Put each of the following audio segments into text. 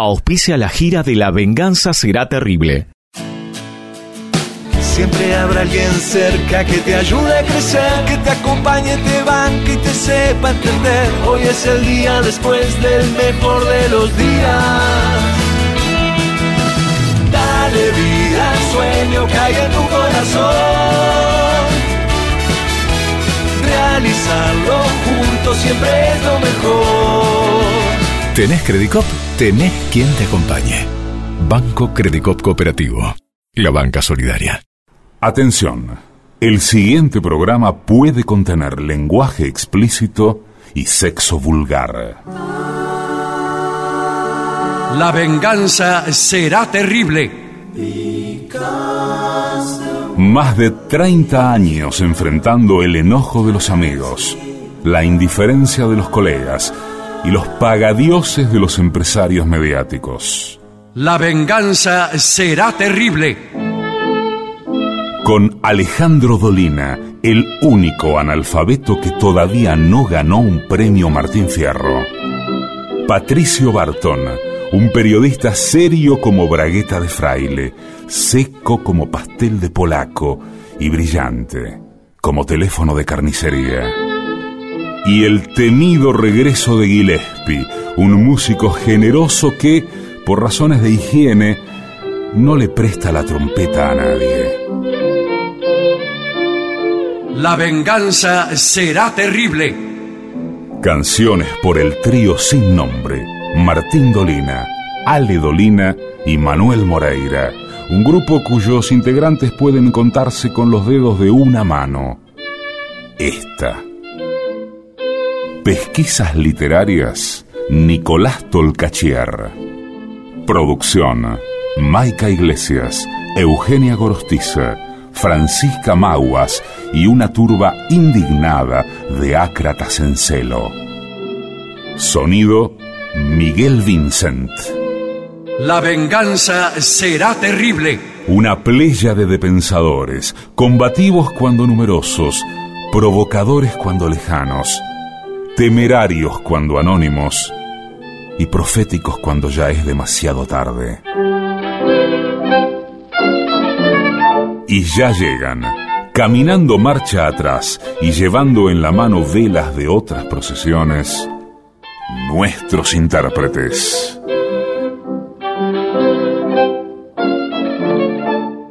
auspicia la gira de La Venganza Será Terrible. Siempre habrá alguien cerca que te ayude a crecer, que te acompañe, te banque y te sepa entender. Hoy es el día después del mejor de los días. Dale vida al sueño que hay en tu corazón. Realizarlo juntos siempre es lo mejor. ¿Tenés Credicop? Tenés quien te acompañe. Banco Credicop Cooperativo. La banca solidaria. Atención. El siguiente programa puede contener lenguaje explícito y sexo vulgar. La venganza será terrible. Más de 30 años enfrentando el enojo de los amigos, la indiferencia de los colegas y los pagadioses de los empresarios mediáticos. La venganza será terrible. Con Alejandro Dolina, el único analfabeto que todavía no ganó un premio Martín Fierro. Patricio Bartón, un periodista serio como bragueta de fraile, seco como pastel de polaco y brillante como teléfono de carnicería y el temido regreso de Gillespie, un músico generoso que, por razones de higiene, no le presta la trompeta a nadie. La venganza será terrible. Canciones por el trío sin nombre, Martín Dolina, Ale Dolina y Manuel Moreira, un grupo cuyos integrantes pueden contarse con los dedos de una mano. Esta. Pesquisas literarias, Nicolás Tolcachier. Producción, Maica Iglesias, Eugenia Gorostiza, Francisca Mauas y una turba indignada de ácratas en celo. Sonido, Miguel Vincent. La venganza será terrible. Una pléyade de pensadores, combativos cuando numerosos, provocadores cuando lejanos temerarios cuando anónimos y proféticos cuando ya es demasiado tarde. Y ya llegan, caminando marcha atrás y llevando en la mano velas de otras procesiones, nuestros intérpretes.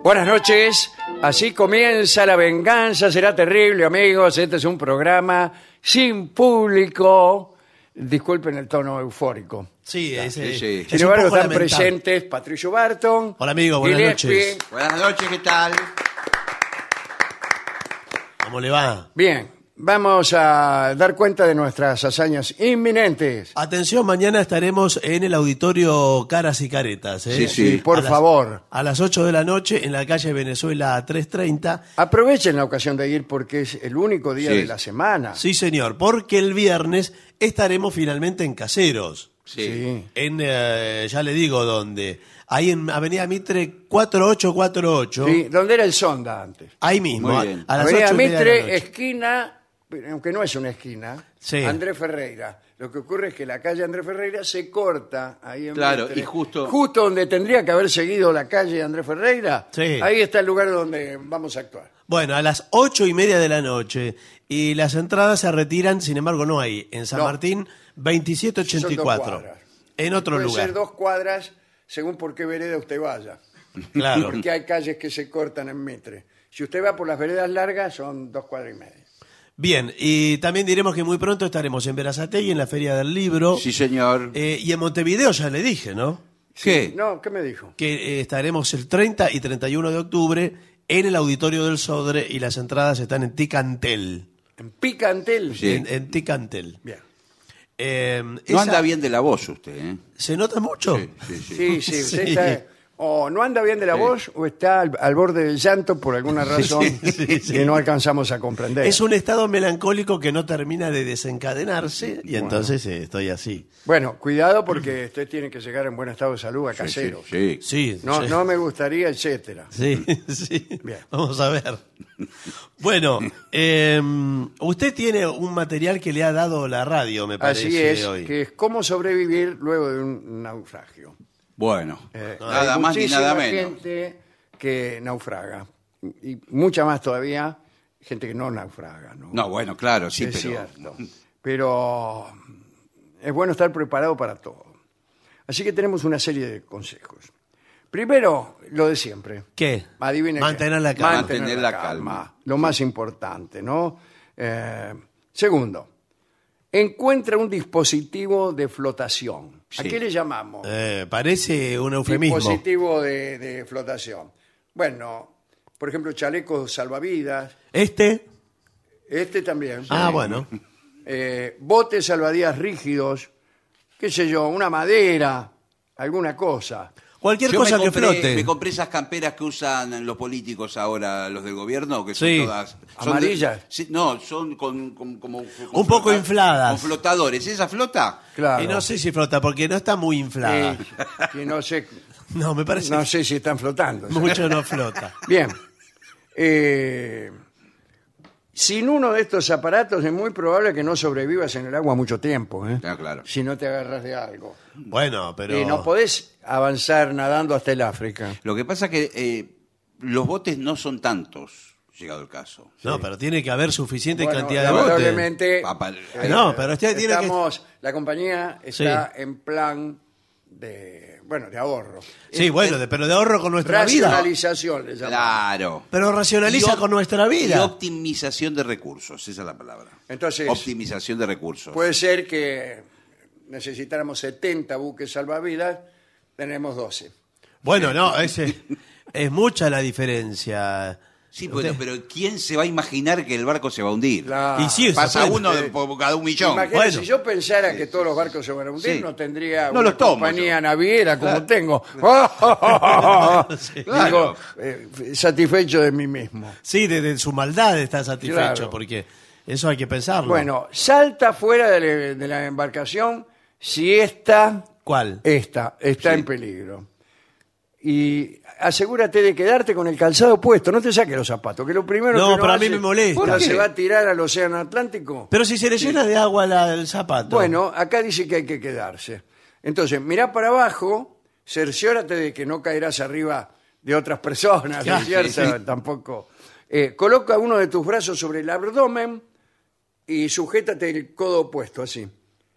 Buenas noches. Así comienza la venganza. Será terrible, amigos. Este es un programa sin público. Disculpen el tono eufórico. Sí, ese, sí. es Sin un embargo, poco están lamentable. presentes Patricio Barton. Hola, amigo, buenas Gillespie. noches. Buenas noches, ¿qué tal? ¿Cómo le va? Bien, vamos a dar cuenta de nuestras hazañas inminentes. Atención, mañana estaremos en el auditorio Caras y Caretas. ¿eh? Sí, sí. Sí, por A las- favor. A las 8 de la noche en la calle Venezuela 330. Aprovechen la ocasión de ir porque es el único día Sí. de la semana. Sí, señor, porque el viernes estaremos finalmente en Caseros. Sí. En, eh, ya le digo dónde. Ahí en Avenida Mitre 4848. Sí, ¿Dónde era el Sonda antes? Ahí mismo. Muy a- bien. A, las Avenida 8 y media de la Mitre, noche. esquina, aunque no es una esquina, Sí. Andrés Ferreira. Lo que ocurre es que la calle Andrés Ferreira se corta ahí en Claro, Mitre. y justo- Justo donde tendría que haber seguido la calle Andrés Ferreira, Sí. ahí está el lugar donde vamos a actuar. Bueno, a las ocho y media de la noche. Y las entradas se retiran, sin embargo, no hay. En San No. Martín, Son dos 2784. cuadras. En otro Puede lugar. ser dos cuadras según por qué vereda usted vaya. Claro. Porque hay calles que se cortan en Mitre. Si usted va por las veredas largas, son dos cuadras y media. Bien, y también diremos que muy pronto estaremos en Verazategui, en la Feria del Libro. Sí, señor. Eh, y en Montevideo ya le dije, ¿no? ¿Qué? No, ¿qué me dijo? Que eh, estaremos el 30 y 31 de octubre en el Auditorio del Sodre y las entradas están en Ticantel. En Picantel. Sí. En, en Ticantel. Bien. Eh, No esa- anda bien de la voz usted, ¿eh? ¿Se nota mucho? Sí, sí. Sí, sí, usted Sí. está- o no anda bien de la voz o está al, al borde del llanto por alguna razón sí, sí. que no alcanzamos a comprender. Es un estado melancólico que no termina de desencadenarse y entonces eh, estoy así. Bueno, cuidado porque usted tiene que llegar en buen estado de salud a caseros. Sí. Sí, No, sí. no me gustaría, etcétera. Sí, sí. Bien. Vamos a ver. Bueno, eh, usted tiene un material que le ha dado la radio, me parece, Así es, hoy. que es cómo sobrevivir luego de un naufragio. Bueno, Eh, nada hay más ni muchísima nada menos. gente que naufraga. Y mucha más todavía, gente que no naufraga. No, No, bueno, claro, sí, es pero. cierto. Pero mm, es bueno estar preparado para todo. Así que tenemos una serie de consejos. Primero, lo de siempre. ¿Qué? Adivine Mantener qué. la calma. Mantener la calma. Lo más importante, ¿no? Eh, segundo, encuentra un dispositivo de flotación. ¿A qué le llamamos? Eh, parece un eufemismo. Dispositivo de, de flotación. Bueno, por ejemplo, chalecos salvavidas. Este. Este también. Ah, bueno. Eh, botes salvadías rígidos. Qué sé yo, una madera, alguna cosa. Cualquier Yo me cosa que compré- flote. Me compré esas camperas que usan los políticos ahora, los del gobierno, que son Sí. todas. son ¿Amarillas? de- sí, no, son con, con- como. con Un poco infladas. Con flotadores. ¿Esa flota? Claro. Y no sé si flota, porque no está muy inflada. Eh, que no sé, No, me parece no sé si están flotando. que mucho no flota. Bien. Eh, sin uno de estos aparatos es muy probable que no sobrevivas en el agua mucho tiempo, ¿eh? Ah, claro. si no te agarras de algo. Bueno, pero. Y no podés avanzar nadando hasta el África. Eh, Lo que pasa es que eh, los botes no son tantos, llegado el caso. No, pero tiene que haber suficiente Bueno, cantidad de botes. lamentablemente, Papá, eh, No, pero usted tiene que- estamos- La compañía está en plan de, bueno, de ahorro. Sí, bueno, de- pero de ahorro con nuestra vida. Racionalización, le llamamos. Claro. Pero racionaliza Y op- con nuestra Y vida. optimización de recursos, esa es la palabra. Entonces, optimización de recursos. Puede ser que necesitáramos 70 buques salvavidas, tenemos 12. Bueno, no, ese, es mucha la diferencia. sí, bueno, pero ¿quién se va a imaginar que el barco se va a hundir? Claro. Y sí, eso Pasa suena. uno de, por cada un millón. Imagínese, Bueno. si yo pensara que todos los barcos se van a hundir, Sí. no tendría No una los tomo compañía yo. naviera como tengo. Digo, Claro. eh, f- satisfecho de mí mismo. Sí, de, de su maldad está satisfecho, Claro. porque eso hay que pensarlo. Bueno, salta fuera de la, de la embarcación si esta, ¿Cuál? esta está en peligro. Y asegúrate de quedarte con el calzado puesto, no te saques los zapatos, que lo No, primero que uno pero a mí hace, me molesta. uno ¿Por qué? se va a tirar al océano Atlántico. Pero si se le llena de agua la- el zapato. Bueno, acá dice que hay que quedarse. Entonces, mirá para abajo, cerciórate de que no caerás arriba de otras personas, ¿no es Sí, cierto? Tampoco. Eh, coloca uno de tus brazos sobre el abdomen y sujétate el codo opuesto, así.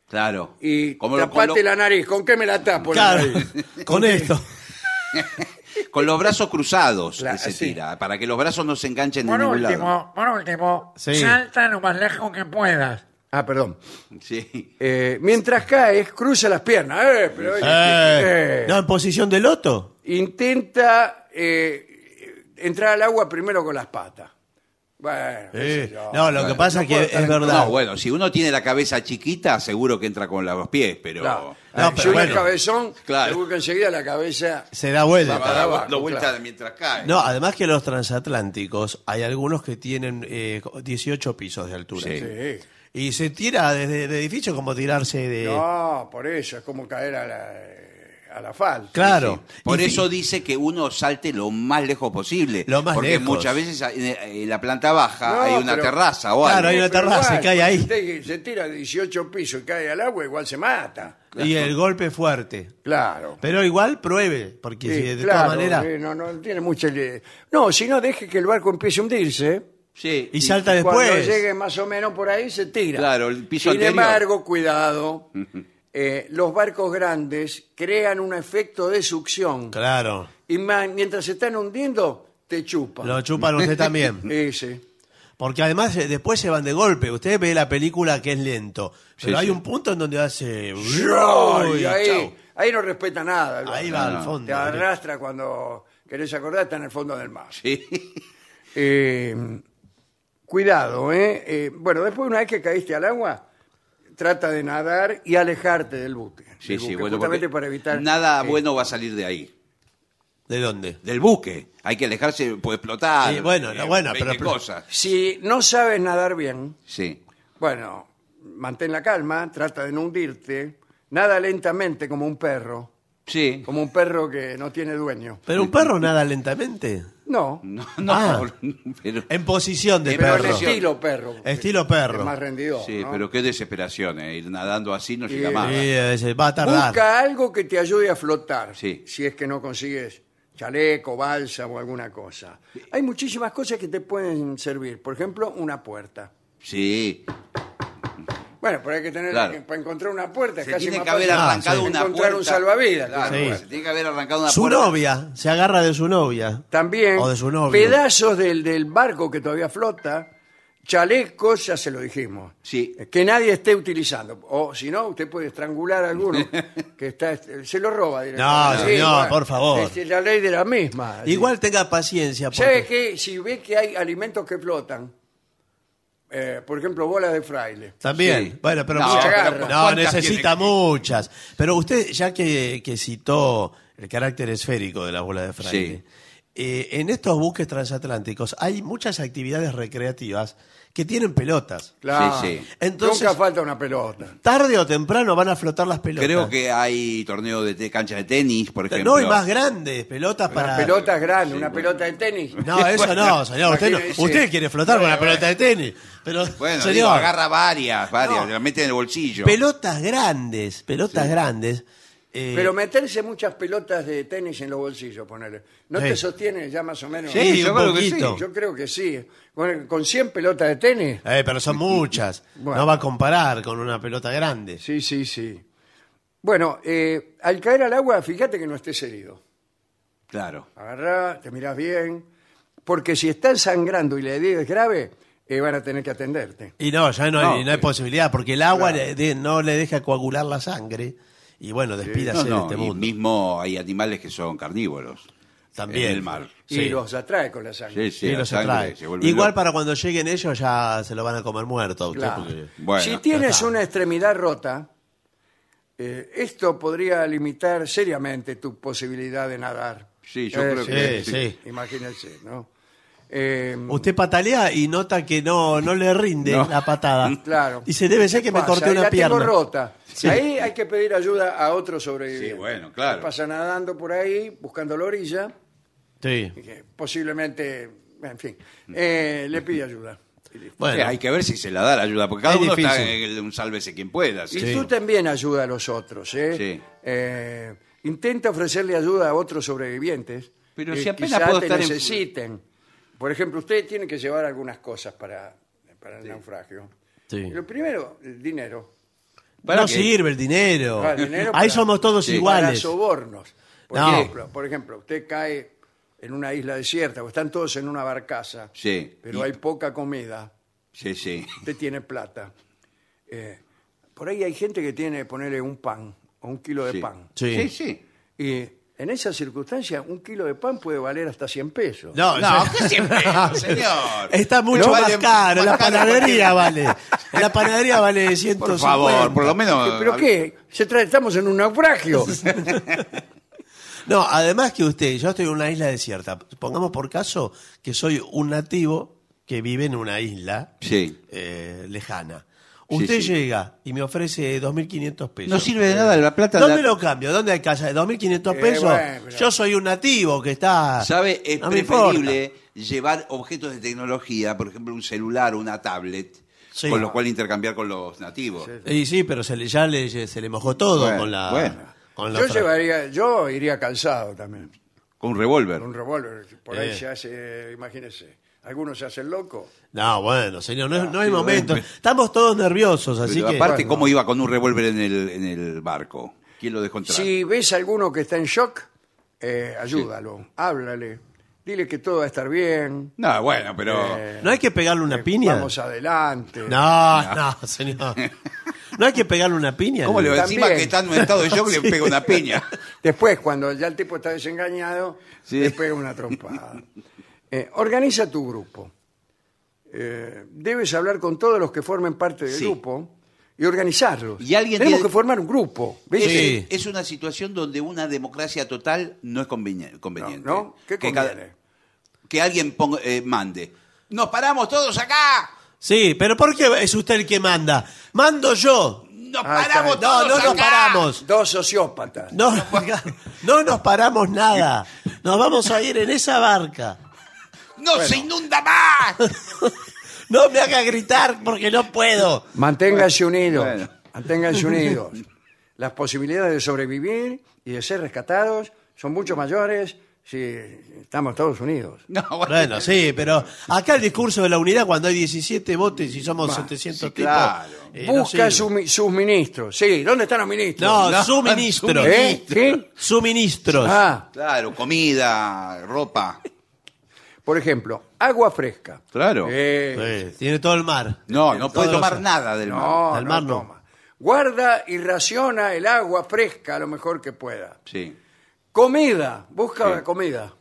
Claro. Y Como lo- tapate con, lo- la nariz. ¿Con qué me la tapo la claro, nariz? con esto. con los brazos cruzados Claro, que se sí. tira, para que los brazos no se enganchen de Por ningún lado. último, por último, Sí. salta lo más lejos que puedas. Ah, perdón. Sí. Eh, mientras caes, cruza las piernas. Eh, pero- Eh, Eh. No, en posición de loto. Intenta eh, entrar al agua primero con las patas. Bueno, qué Eh, sé yo. no, lo que pasa es que puedo es estar en verdad. No, bueno, si uno tiene la cabeza chiquita, seguro que entra con la- los pies, pero. Claro. No, Eh, pero si uno bueno. es cabezón, Claro. seguro que enseguida la cabeza. Se da vuelta. Va dando abajo, vuelta claro. mientras cae. No, además que los transatlánticos, hay algunos que tienen eh, 18 pisos de altura. Sí. Sí. Y se tira desde el edificio como tirarse de... No, por eso, es como caer a la, a la falda. claro. Por Y- eso dice que uno salte lo más lejos posible. Lo más porque lejos. muchas veces eh, en en la planta baja No, hay una pero- terraza o algo. Claro, hay una- Pero terraza, igual, cae ahí. usted se tira 18 pisos y cae al agua, igual se mata. Y el golpe fuerte. Claro. Pero igual pruebe, porque Sí, si de claro, todas maneras... eh, no, no tiene mucha idea. No, si no, deje que el barco empiece a hundirse. Sí. Y salta Cuando después. llegue más o menos por ahí, se tira. Claro, el piso Sin anterior. embargo, cuidado, eh, los barcos grandes crean un efecto de succión. Claro. Y ma- mientras se están hundiendo, te chupan. Lo chupan usted también. Ese. Porque además eh, después se van de golpe. Usted ve la película que es lento. Pero Sí, hay sí. un punto en donde hace... Y Uy, ahí, chau. ahí no respeta nada. el Ahí barco. va al Te fondo. arrastra cuando querés acordar, está en el fondo del mar. Sí. Eh, cuidado, ¿eh? Eh, Bueno, después una vez que caíste al agua, trata de nadar y alejarte del buque. Sí, del sí, buque, bueno, justamente porque para evitar... Nada eh, bueno va a salir de ahí. ¿De dónde? Del buque. Hay que alejarse, puede explotar. Sí, bueno, no, bueno, 20 pero- cosas. Si no sabes nadar bien, Sí. bueno, mantén la calma, trata de no hundirte, nada lentamente como un perro, Sí. como un perro que no tiene dueño. Pero un perro nada lentamente. No, No, no, Ah. pero, En posición de En pero el perro. posición. estilo perro. Estilo Es perro. más rendido. sí, ¿no? pero qué desesperación, eh, ir nadando así no llega Sí. más. Sí, a veces va a tardar. Busca algo que te ayude a flotar, Sí. si es que no consigues chaleco, balsa o alguna cosa. Hay muchísimas cosas que te pueden servir, por ejemplo, una puerta. Sí, Bueno, pero hay que tener Claro. que- para encontrar una puerta. es se casi tiene más que haber fácil arrancado que una encontrar puerta. un salvavidas. Claro, Sí. se tiene que haber arrancado una Su puerta. novia. Se agarra de su novia. También O de su novio. pedazos del, del barco que todavía flota, chalecos, ya se lo dijimos. Sí. Eh, Que nadie esté utilizando. O si no, usted puede estrangular a alguno que está, eh, se lo roba directamente. No, señor, por favor. Es la ley de la misma. Igual tenga paciencia. Porque... ¿Sabe que Si ve que hay alimentos que flotan, eh, por ejemplo, bolas de fraile. También. Sí. Bueno, pero No, muchas- pero no, ¿cuántas necesita tiene? muchas. Pero usted, ya que, que citó el carácter esférico de la bola de fraile, Sí. eh, en estos buques transatlánticos hay muchas actividades recreativas que tienen pelotas. Claro. Sí, sí. Entonces- Nunca falta una pelota. Tarde o temprano van a flotar las pelotas. Creo que hay torneo de te- canchas de tenis, por ejemplo. No, y más grandes, pelotas para... Pelotas grandes, una pelota de tenis. No, eso no, señor. Usted, no- Imagínese. usted quiere flotar con la Bueno, pelota de tenis. Pero, Bueno, señor, digo, agarra varias, varias, No. la mete en el bolsillo. pelotas grandes, pelotas grandes. eh, Pero meterse muchas pelotas de tenis en los bolsillos, ponerle. ¿No Sí. te sostiene ya más o menos? Sí, yo un creo que sí. poquito. Yo creo que sí. Bueno, con 100 pelotas de tenis. Eh, pero son muchas. Bueno. No va a comparar con una pelota grande. Sí, sí, sí. Bueno, eh, al caer al agua, fíjate que no estés herido. Claro. Agarrá, te mirás bien. Porque si estás sangrando y la herida es grave, eh, van a tener que atenderte. Y no, ya no, hay, No, no hay posibilidad, porque el agua le de- no le deja coagular la sangre. Y bueno, despídase No, no, de este y mundo. mismo hay animales que son carnívoros. También. En el mar. Y Sí. los atrae con la Sí, sangre. sí, Sí, la los sangre atrae. se vuelve Igual loca. para cuando lleguen ellos ya se lo van a comer muerto. a usted, Claro. porque- Bueno, si ya tienes está. una extremidad rota, eh, esto podría limitar seriamente tu posibilidad de nadar. Eh, Sí, yo creo que sí, sí. Imagínense, ¿no? Eh, Usted patalea y nota que no, no le rinde No. la patada. Claro. Dice, debe ser que me pasa? corté una la pierna. tengo rota. Sí. Ahí hay que pedir ayuda a otro sobreviviente. Sí, bueno, claro. Que Pasa nadando por ahí, buscando la orilla, Sí. y que posiblemente, en fin, eh, le pide ayuda. Sí, Bueno, hay que ver si se la da la ayuda, porque cada Es uno está difícil. en el- un sálvese quien pueda. Y ¿sí? tú también ayuda a los otros, ¿eh? Sí. Eh, intenta ofrecerle ayuda a otros sobrevivientes Pero que si apenas Eh, quizá puedo te estar en- necesiten. Por ejemplo, usted tiene que llevar algunas cosas para, para el naufragio. Sí. Lo primero, el dinero. ¿para no qué? sirve el dinero. Ah, dinero Ahí para- somos todos Sí. Para iguales. sobornos. Por, No. ejemplo, por ejemplo, usted cae en una isla desierta o están todos en una barcaza, Sí. pero Y- hay poca comida. Sí, sí. usted tiene plata. Eh, por ahí hay gente que tiene, ponerle un pan o un kilo de Sí. pan. Sí. Sí, sí. Y en esas circunstancias, un kilo de pan puede valer hasta 100 pesos. No, No, yo- que siempre, señor. Está mucho No más vale- caro. en la más caro panadería vale. En la panadería vale 150. Por favor, por lo menos. ¿Pero qué? Se trata- estamos en un naufragio. No, además que usted, yo estoy en una isla desierta. Pongamos por caso que soy un nativo que vive en una isla Sí. eh, lejana. Usted Sí, sí. llega y me ofrece 2.500 pesos. No sirve de nada la plata. ¿Dónde la- lo cambio? ¿Dónde hay casa de 2.500 Eh, pesos? bueno, pero- Yo soy un nativo que está... ¿Sabe? Es No me importa. preferible llevar objetos de tecnología, por ejemplo, un celular o una tablet, Sí. con lo cual intercambiar con los nativos. Y sí, pero se le, ya le, se le mojó todo Bueno, con la... bueno. con la Yo fra- llevaría, yo iría calzado también. Con un revólver. Con un revólver. Por ahí Eh. se hace, imagínese. Algunos se hacen locos. No, bueno, señor, no, es- no hay Sí, momento. bueno. Estamos todos nerviosos, así Pero que... aparte, bueno. ¿cómo iba con un revólver en el, en el barco? ¿Quién lo dejó entrar? Si ves a alguno que está en shock, eh, ayúdalo, háblale, dile que todo va a estar bien, No, bueno, pero. ¿No hay que pegarle una piña? Eh, vamos adelante. No, no, señor. ¿No hay que pegarle una piña? ¿Cómo le También. encima que está en un estado de shock le pega una piña? Después, cuando ya el tipo está desengañado, Sí. le pega una trompada. Eh, organiza tu grupo. Eh, debes hablar con todos los que formen parte del Sí. grupo y y organizarlos. Y alguien Tenemos tiene- que formar un grupo, Es, ¿viste? Sí. es una situación donde una democracia total no es conveni- conveniente. ¿No? ¿Qué que, conviene? cada- que alguien ponga- eh, mande. ¡Nos paramos todos acá! Sí, pero ¿por qué es usted el que manda? Mando yo. ¡Nos Ah, está paramos bien. No, todos no nos acá! paramos. Dos sociópatas. No, no nos paramos nada. Nos vamos a ir en esa barca. ¡No se inunda más! No me haga gritar porque no puedo. Manténganse unidos. bueno. Manténganse unidos. Las posibilidades de sobrevivir y de ser rescatados son mucho mayores si estamos todos unidos. No, bueno. Bueno, sí, pero acá el discurso de la unidad cuando hay 17 votos y somos 700 sí, claro. tipos. eh, no Busca sirve. sumi- sus ministros. Sí, ¿dónde están los ministros? No, No, suministros. ¿Eh? ¿Sí? Suministros. Ah, Claro, comida, ropa. por ejemplo, agua fresca. Claro. Eh, Sí, tiene todo el mar. No, no puede Todo tomar eso. nada del mar. No, Al no mar no. toma. Guarda y raciona el agua fresca lo mejor que pueda. Sí. Comida, busca Sí. la comida.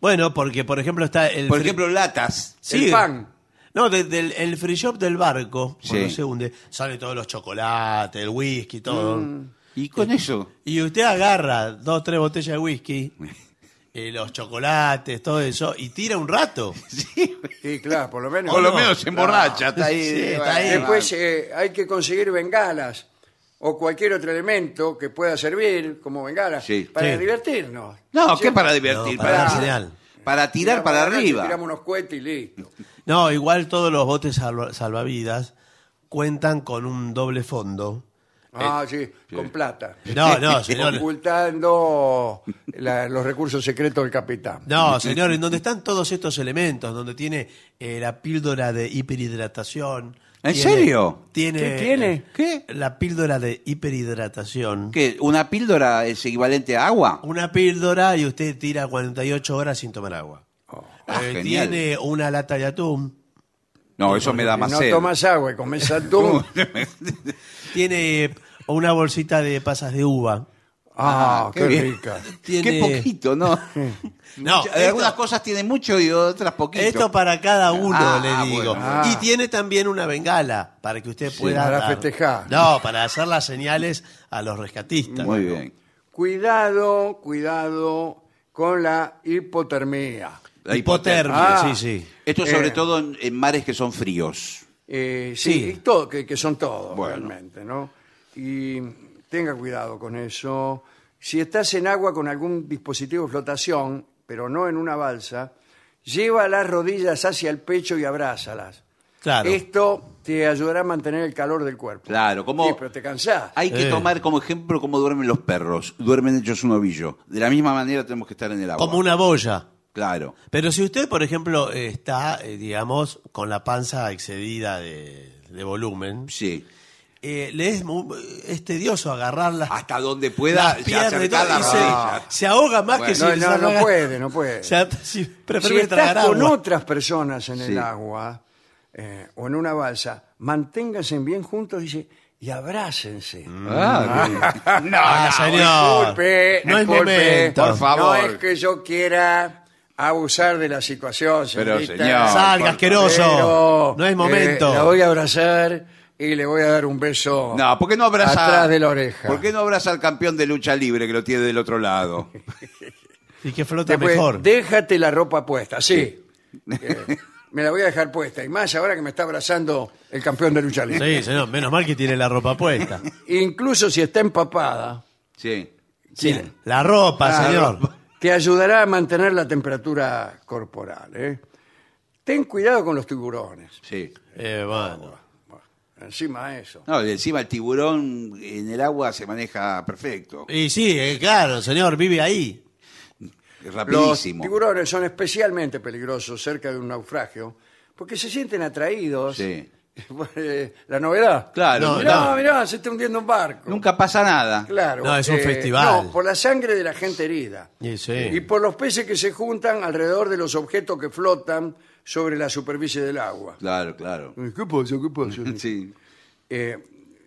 Bueno, porque por ejemplo está el Por fri- ejemplo, latas. Sí. El pan. No, de- del- el free shop del barco, cuando Sí. se hunde, sale todos los chocolates, el whisky, todo. Mm. Mm. ¿Y con eso? Y usted agarra dos, tres botellas de whisky, eh, los chocolates, todo eso, y tira un rato. Sí, claro, por lo menos. Por lo no. menos se emborracha. Está ahí. Sí, está ahí. Después eh, hay que conseguir bengalas o cualquier otro elemento que pueda servir como bengalas Sí. para Sí. divertirnos. No, ¿qué Siempre para divertir? No, para, para para, tirar. tirar tiramos para la noche, arriba. Eh, Tiramos unos cohetes y listo. No, igual todos los botes salva- salvavidas cuentan con un doble fondo. Ah, sí, con plata. No, no, señor. Ocultando la- los recursos secretos del capitán. No, señor, en donde están todos estos elementos, donde tiene eh, la píldora de hiperhidratación. ¿En tiene- serio? Tiene, ¿Qué tiene? ¿Qué? La píldora de hiperhidratación. ¿Qué? ¿Una píldora es equivalente a agua? Una píldora y usted tira 48 horas sin tomar agua. Ah, Eh, genial. tiene una lata de atún. No, eso me da Si más no sed. tomas agua y comes atún. Tiene eh, una bolsita de pasas de uva. Ah, qué qué bien. rica. Tiene- Qué poquito, ¿no? No, Mucha- esto- eh, algunas cosas tienen mucho y otras poquito. Esto para cada uno, Ah, le digo. bueno. Ah. Y tiene también una bengala para que usted pueda. para dar- festejar. No, para hacer las señales a los rescatistas. Muy bien. Cuidado, cuidado con la hipotermia. La Hipotermia, Ah. sí, sí. Esto sobre Eh. todo en, en mares que son fríos. Eh, sí, Sí. y todo, que, que son todos Bueno. realmente, ¿no? Y tenga cuidado con eso. Si estás en agua con algún dispositivo de flotación, pero no en una balsa, lleva las rodillas hacia el pecho y abrázalas. Claro. Esto te ayudará a mantener el calor del cuerpo. Claro, como- Sí, pero te cansás. Hay que Eh. tomar como ejemplo cómo duermen los perros. Duermen hechos un ovillo. De la misma manera tenemos que estar en el agua. Como una boya. Claro. Pero si usted, por ejemplo, está, eh, digamos, con la panza excedida de, de volumen, Sí. eh, le es, mu- es tedioso agarrarla. Hasta donde pueda, ya acercar las se, rodillas. se ahoga Ah, más que si No, les no, no agarra- puede, no puede. O sea, si si prefiere tragar estás agua. con otras personas en Sí. el agua eh, o en una balsa, manténganse bien juntos dice, y abrácense. Mm. Ah, bien. Ah, señor. Disculpe, no es disculpe, momento. por favor. No es que yo quiera abusar de la situación, Pero, señorita. señor, Salga, por- asqueroso. Pero, no es momento. eh, la voy a abrazar y le voy a dar un beso. No, ¿por qué no abraza? Atrás de la oreja. ¿Por qué no abraza al campeón de lucha libre que lo tiene del otro lado? Y que flota Después, mejor. déjate la ropa puesta, sí. Eh, me la voy a dejar puesta. Y más ahora que me está abrazando el campeón de lucha libre. Sí, señor, menos mal que tiene la ropa puesta. Incluso si está empapada, Sí. Sí, la ropa, Ah, señor. te ayudará a mantener la temperatura corporal. ¿eh? Ten cuidado con los tiburones. Sí. Eh, bueno. Encima de eso. No, y encima el tiburón en el agua se maneja perfecto. Y sí, eh, claro, señor, vive ahí. Es Los rapidísimo. tiburones son especialmente peligrosos cerca de un naufragio porque se sienten atraídos Sí. por eh, la novedad. Claro, No, Mirá, no. mirá, se está hundiendo un barco. Nunca pasa nada. Claro. eh, No, es un festival. no, por la sangre de la gente herida. Y sí. Y por los peces que se juntan alrededor de los objetos que flotan sobre la superficie del agua. Claro, claro. ¿Qué pasó? ¿Qué pasó? Sí. Eh,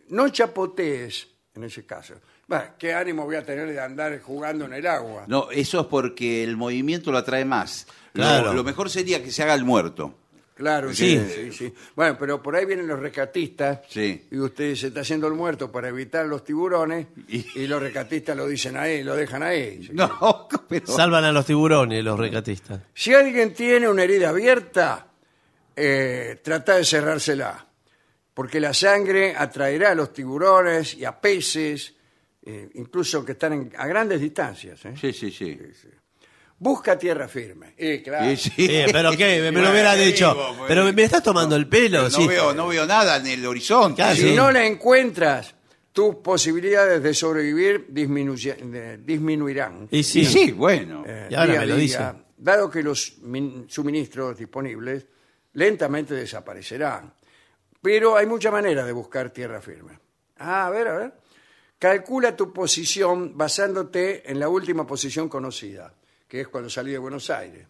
no chapotees en ese caso. Bah, ¿Qué ánimo voy a tener de andar jugando en el agua? No, eso es porque el movimiento lo atrae más. Lo- Claro. Lo, mejor sería que se haga el muerto. Claro, Sí. sí. sí, sí. Bueno, pero por ahí vienen los rescatistas Sí. y usted se está haciendo el muerto para evitar los tiburones y, los rescatistas lo dicen ahí, lo dejan ahí. No, pero... Salvan a los tiburones los recatistas. Si alguien tiene una herida abierta, eh, trata de cerrársela, porque la sangre atraerá a los tiburones y a peces, eh, incluso que están en- a grandes distancias. ¿eh? Sí, sí, sí. Busca tierra firme. Eh, claro. Sí, sí. Eh, pero qué, me lo Bueno, hubiera te dicho. digo, pues. pero me estás tomando el pelo, No, sí. veo, no veo nada en el horizonte. Claro, Si sí. no la encuentras, tus posibilidades de sobrevivir disminuye- de- disminuirán. Y Sí, sí. sí, bueno. Eh, Y ahora día a me lo día, dice. Dado que los min- suministros disponibles lentamente desaparecerán. Pero hay mucha manera de buscar tierra firme. Ah, a ver, a ver. Calcula tu posición basándote en la última posición conocida, que es cuando salí de Buenos Aires.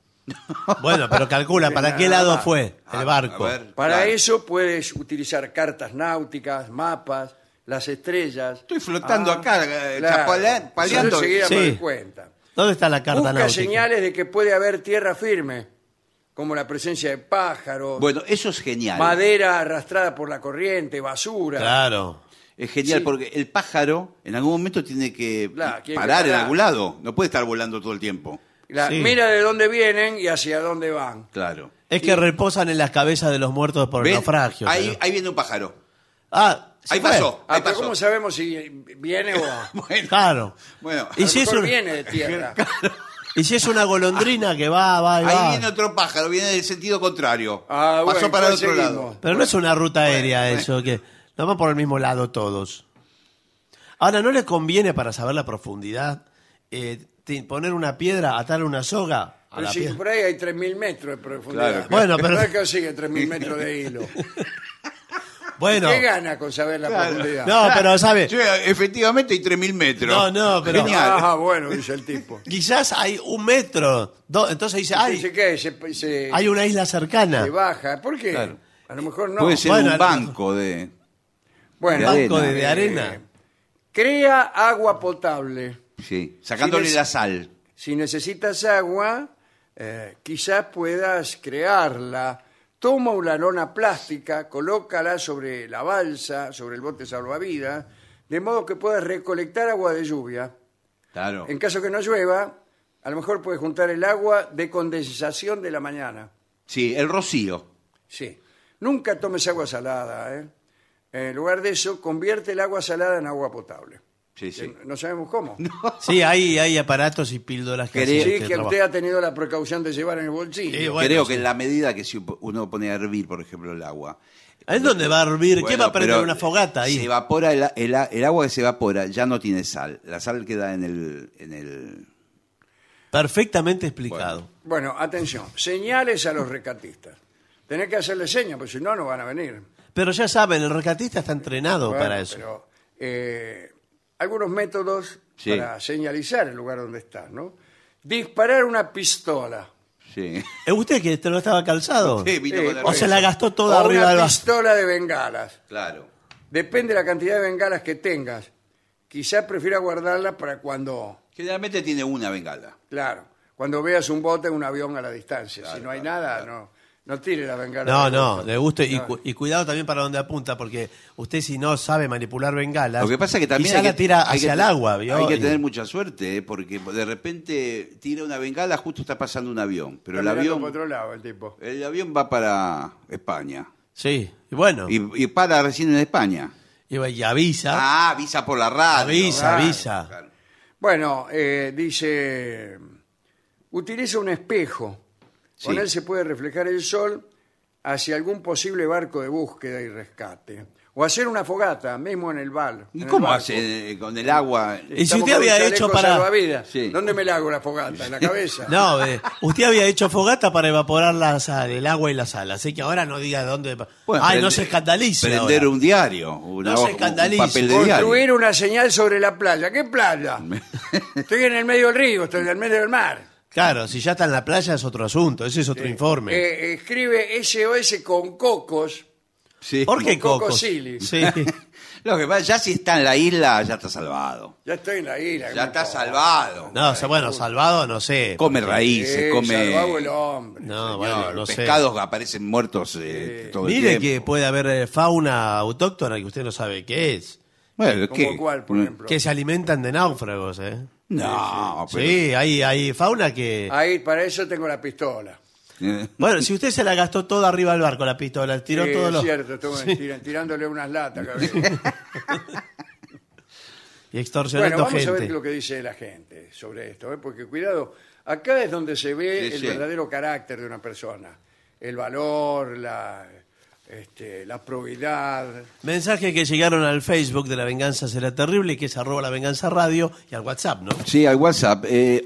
Bueno, pero calcula, ¿para qué lado fue Ah, el barco? a ver, Para claro. eso puedes utilizar cartas náuticas, mapas, las estrellas. Estoy flotando acá, eh, chapalea- Yo paleando. enseguida me Sí. doy cuenta. ¿Dónde está la carta Busca náutica? señales de que puede haber tierra firme, como la presencia de pájaros, Bueno, eso es genial. madera arrastrada por la corriente, basura. Claro. Es genial Sí. porque el pájaro en algún momento tiene que Claro, tiene que parar en parar. algún lado. No puede estar volando todo el tiempo. La- Sí. Mira de dónde vienen y hacia dónde van. Claro. Es que reposan en las cabezas de los muertos por el ¿Ven? naufragio. ahí, pero- ahí viene un pájaro. Ah, se ahí fue. pasó. Ah, ahí pero pasó. ¿Cómo sabemos si viene o a lo Bueno, Claro. bueno, Y si, es mejor un- viene de tierra? y si es una golondrina que va, va y ahí va. viene otro pájaro, viene del sentido contrario. Ah, bueno, Pasó para el ¿cuál otro seguimos? lado. Pero no es una ruta aérea eso, que no van por el mismo lado todos. Ahora, ¿no les conviene para saber la profundidad eh, ti- poner una piedra, atar una soga a Pero la si piedra? por ahí hay 3.000 metros de Claro, claro. profundidad. Bueno, pero- ¿Para qué consigue 3.000 metros de hilo? Bueno, ¿Qué gana con saber la profundidad? no, pero sabe, Sí, efectivamente hay 3.000 metros. No, no, pero- Genial. Ah, bueno, dice el tipo. quizás hay un metro, dos, entonces dice, Dice ay, que se, se- hay una isla cercana. se baja. ¿Por qué? Claro. A lo mejor no. Puede ser Bueno, un no. banco de... bueno, de Banco de, de eh, arena. Crea agua potable. Sí, sacándole Sí, les- la sal. Si necesitas agua, eh, quizás puedas crearla. Toma una lona plástica, colócala sobre la balsa, sobre el bote salvavidas, de modo que puedas recolectar agua de lluvia. Claro. Eh, En caso que no llueva, a lo mejor puedes juntar el agua de condensación de la mañana. Sí, el rocío. Sí. Nunca tomes agua salada, ¿eh? En lugar de eso, convierte el agua salada en agua potable. Sí, sí. eh, Que No sabemos cómo. Sí, hay, hay aparatos y píldoras que Creo- hacen Sí, este que trabajo. usted ha tenido la precaución de llevar en el bolsillo. Sí, bueno, Creo sí. que en la medida que si uno pone a hervir, por ejemplo, el agua. ¿Ahí es donde va a hervir? ¿Qué Bueno, va a prender pero una fogata Se ahí? evapora el, el- el agua que se evapora ya no tiene sal. La sal queda en el. En el Perfectamente explicado. Bueno, atención. Señales a los recatistas. Tenés que hacerle señas, porque si no, no van a venir. Pero ya saben, el rescatista está entrenado Bueno, para eso. Pero, eh, algunos métodos Sí. para señalizar el lugar donde estás, ¿no? Disparar una pistola. sí. ¿Es Eh, usted que te lo estaba calzado? Sí, vino Sí, con la o se cabeza. la gastó toda o arriba del una vaso. pistola de bengalas. Claro. Depende de la cantidad de bengalas que tengas. Quizás prefiera guardarla para cuando, Generalmente tiene una bengala. claro, cuando veas un bote o un avión a la distancia. si no hay nada, no, no tire la bengala. No, del no, bote. le gusta. Y, cu- y cuidado también para donde apunta, porque usted si no sabe manipular bengalas, Lo que pasa es que también. quizá hay que- la tira hay que hacia el te- agua. ¿vio? Hay que Y- tener mucha suerte, eh, porque de repente tira una bengala, justo está pasando un avión. Pero Está el mirando avión. por otro lado el tipo. El avión va para España. Sí, y bueno, y, Y, y para recién en España. y avisa, Ah, avisa por la radio. avisa, claro, avisa. Claro. Bueno, eh, dice, utiliza un espejo. Sí. Con él se puede reflejar el sol hacia algún posible barco de búsqueda y rescate. O hacer una fogata, mismo en el bar. en ¿Y el cómo barco. hace eh, con el agua? Y si Estamos usted con un había chaleco hecho para- salvavidas. Sí. ¿Dónde me la hago la fogata? ¿En la cabeza? No, eh, usted había hecho fogata para evaporar la sal, el agua y la sal, así que ahora no diga dónde. Bueno, Ay, no prende- se escandalice. Prender ahora. un diario, una No se hoja- escandalice. un papel de diario. Construir una señal sobre la playa. ¿Qué playa? Estoy en el medio del río, estoy en el medio del mar. Claro, si ya está en la playa es otro asunto, ese es otro informe. Eh, escribe SOS con cocos. Sí. ¿Por qué Coco cocos? Silly. Sí. Lo que pasa, ya si está en la isla, ya está salvado. Ya estoy en la isla. Ya está no. salvado. No, o sea, bueno, salvado, no sé. Come Sí, raíces, salvado come el hombre. No, señor, bueno, no Ah, sé. pescados que aparecen muertos eh, todo Mire el que tiempo. puede haber eh, fauna autóctona que usted no sabe qué es. Bueno, Como cuál, por ejemplo. Que se alimentan de náufragos, ¿eh? No, pero- Sí, hay, hay fauna que... Ahí, para eso tengo la pistola. Eh, Bueno, si usted se la gastó toda arriba del barco, la pistola, tiró Sí, todos es los... cierto, estuve tira- tirándole unas latas. cabrón. Y extorsionó bueno, a vamos gente. a ver lo que dice la gente sobre esto, ¿eh? porque cuidado, acá es donde se ve Sí, el sí. verdadero carácter de una persona, el valor, la, este, la probidad. Mensajes que llegaron al Facebook de La Venganza Será Terrible, que es arroba La Venganza Radio, y al WhatsApp, ¿no? Sí, al WhatsApp, eh,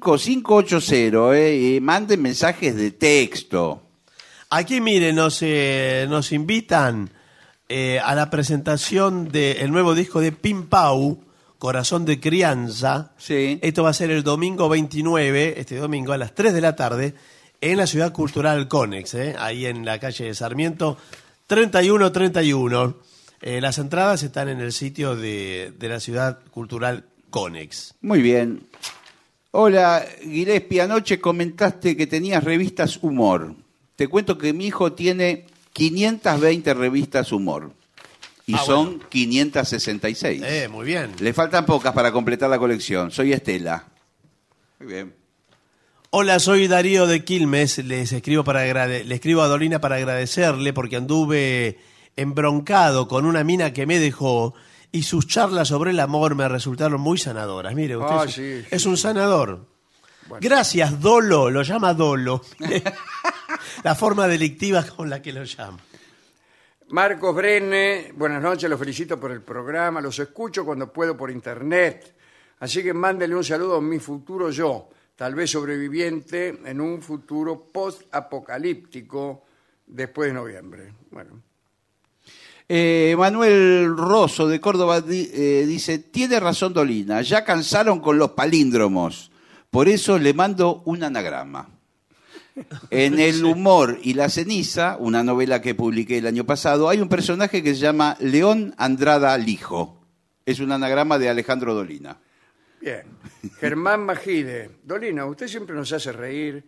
1165855580, eh, y manden mensajes de texto. Aquí, mire, nos, eh, nos invitan eh, a la presentación del nuevo disco de Pim Pau, Corazón de Crianza. Sí. Esto va a ser el domingo 29, este domingo a las 3 de la tarde, en la Ciudad Cultural Conex, eh, ahí en la calle de Sarmiento, 3131. Eh, las entradas están en el sitio de, de la Ciudad Cultural Conex. Muy bien. Hola, Gillespie, anoche comentaste que tenías revistas Humor. Te cuento que mi hijo tiene 520 revistas Humor. Y Ah, son 566. Eh, muy bien. Le faltan pocas para completar la colección. Soy Estela. Muy bien. Hola, soy Darío de Quilmes. Les escribo, para agrade- le escribo a Dolina para agradecerle porque anduve embroncado con una mina que me dejó y sus charlas sobre el amor me resultaron muy sanadoras. Mire, usted Ah, es, sí, sí, es un sanador. Gracias, Dolo, lo llama Dolo. Mire, la forma delictiva con la que lo llama. Marcos Brenne, buenas noches, los felicito por el programa, los escucho cuando puedo por internet. Así que mándenle un saludo a mi futuro yo, tal vez sobreviviente en un futuro post-apocalíptico después de noviembre. Bueno, Eh, Manuel Rosso de Córdoba di- eh, dice, tiene razón Dolina, ya cansaron con los palíndromos, por eso le mando un anagrama. En El humor y la ceniza, una novela que publiqué el año pasado, hay un personaje que se llama León Andrada Lijo. Es un anagrama de Alejandro Dolina. bien. Germán Majide, Dolina, usted siempre nos hace reír,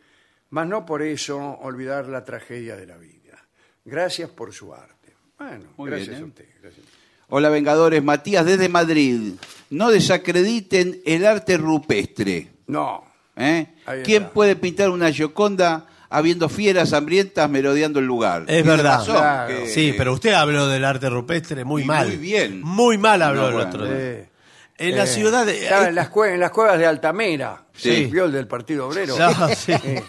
mas no por eso olvidar la tragedia de la vida. Gracias por su arte. Bueno, Muy gracias bien, a ¿eh? usted. gracias. Hola Vengadores, Matías desde Madrid. No desacrediten el arte rupestre. No, ¿Eh? Ahí ¿Quién está. puede pintar una Gioconda habiendo fieras hambrientas merodeando el lugar? Es Tiene verdad. razón, Claro. que- Sí, pero usted habló del arte rupestre muy Y mal. muy bien. Muy mal habló No, el bueno, otro. día. eh, En la ciudad de... eh, Estaba en las, cue- en las cuevas de Altamira, Sí. se vio el del Partido Obrero. No, sí. Eh,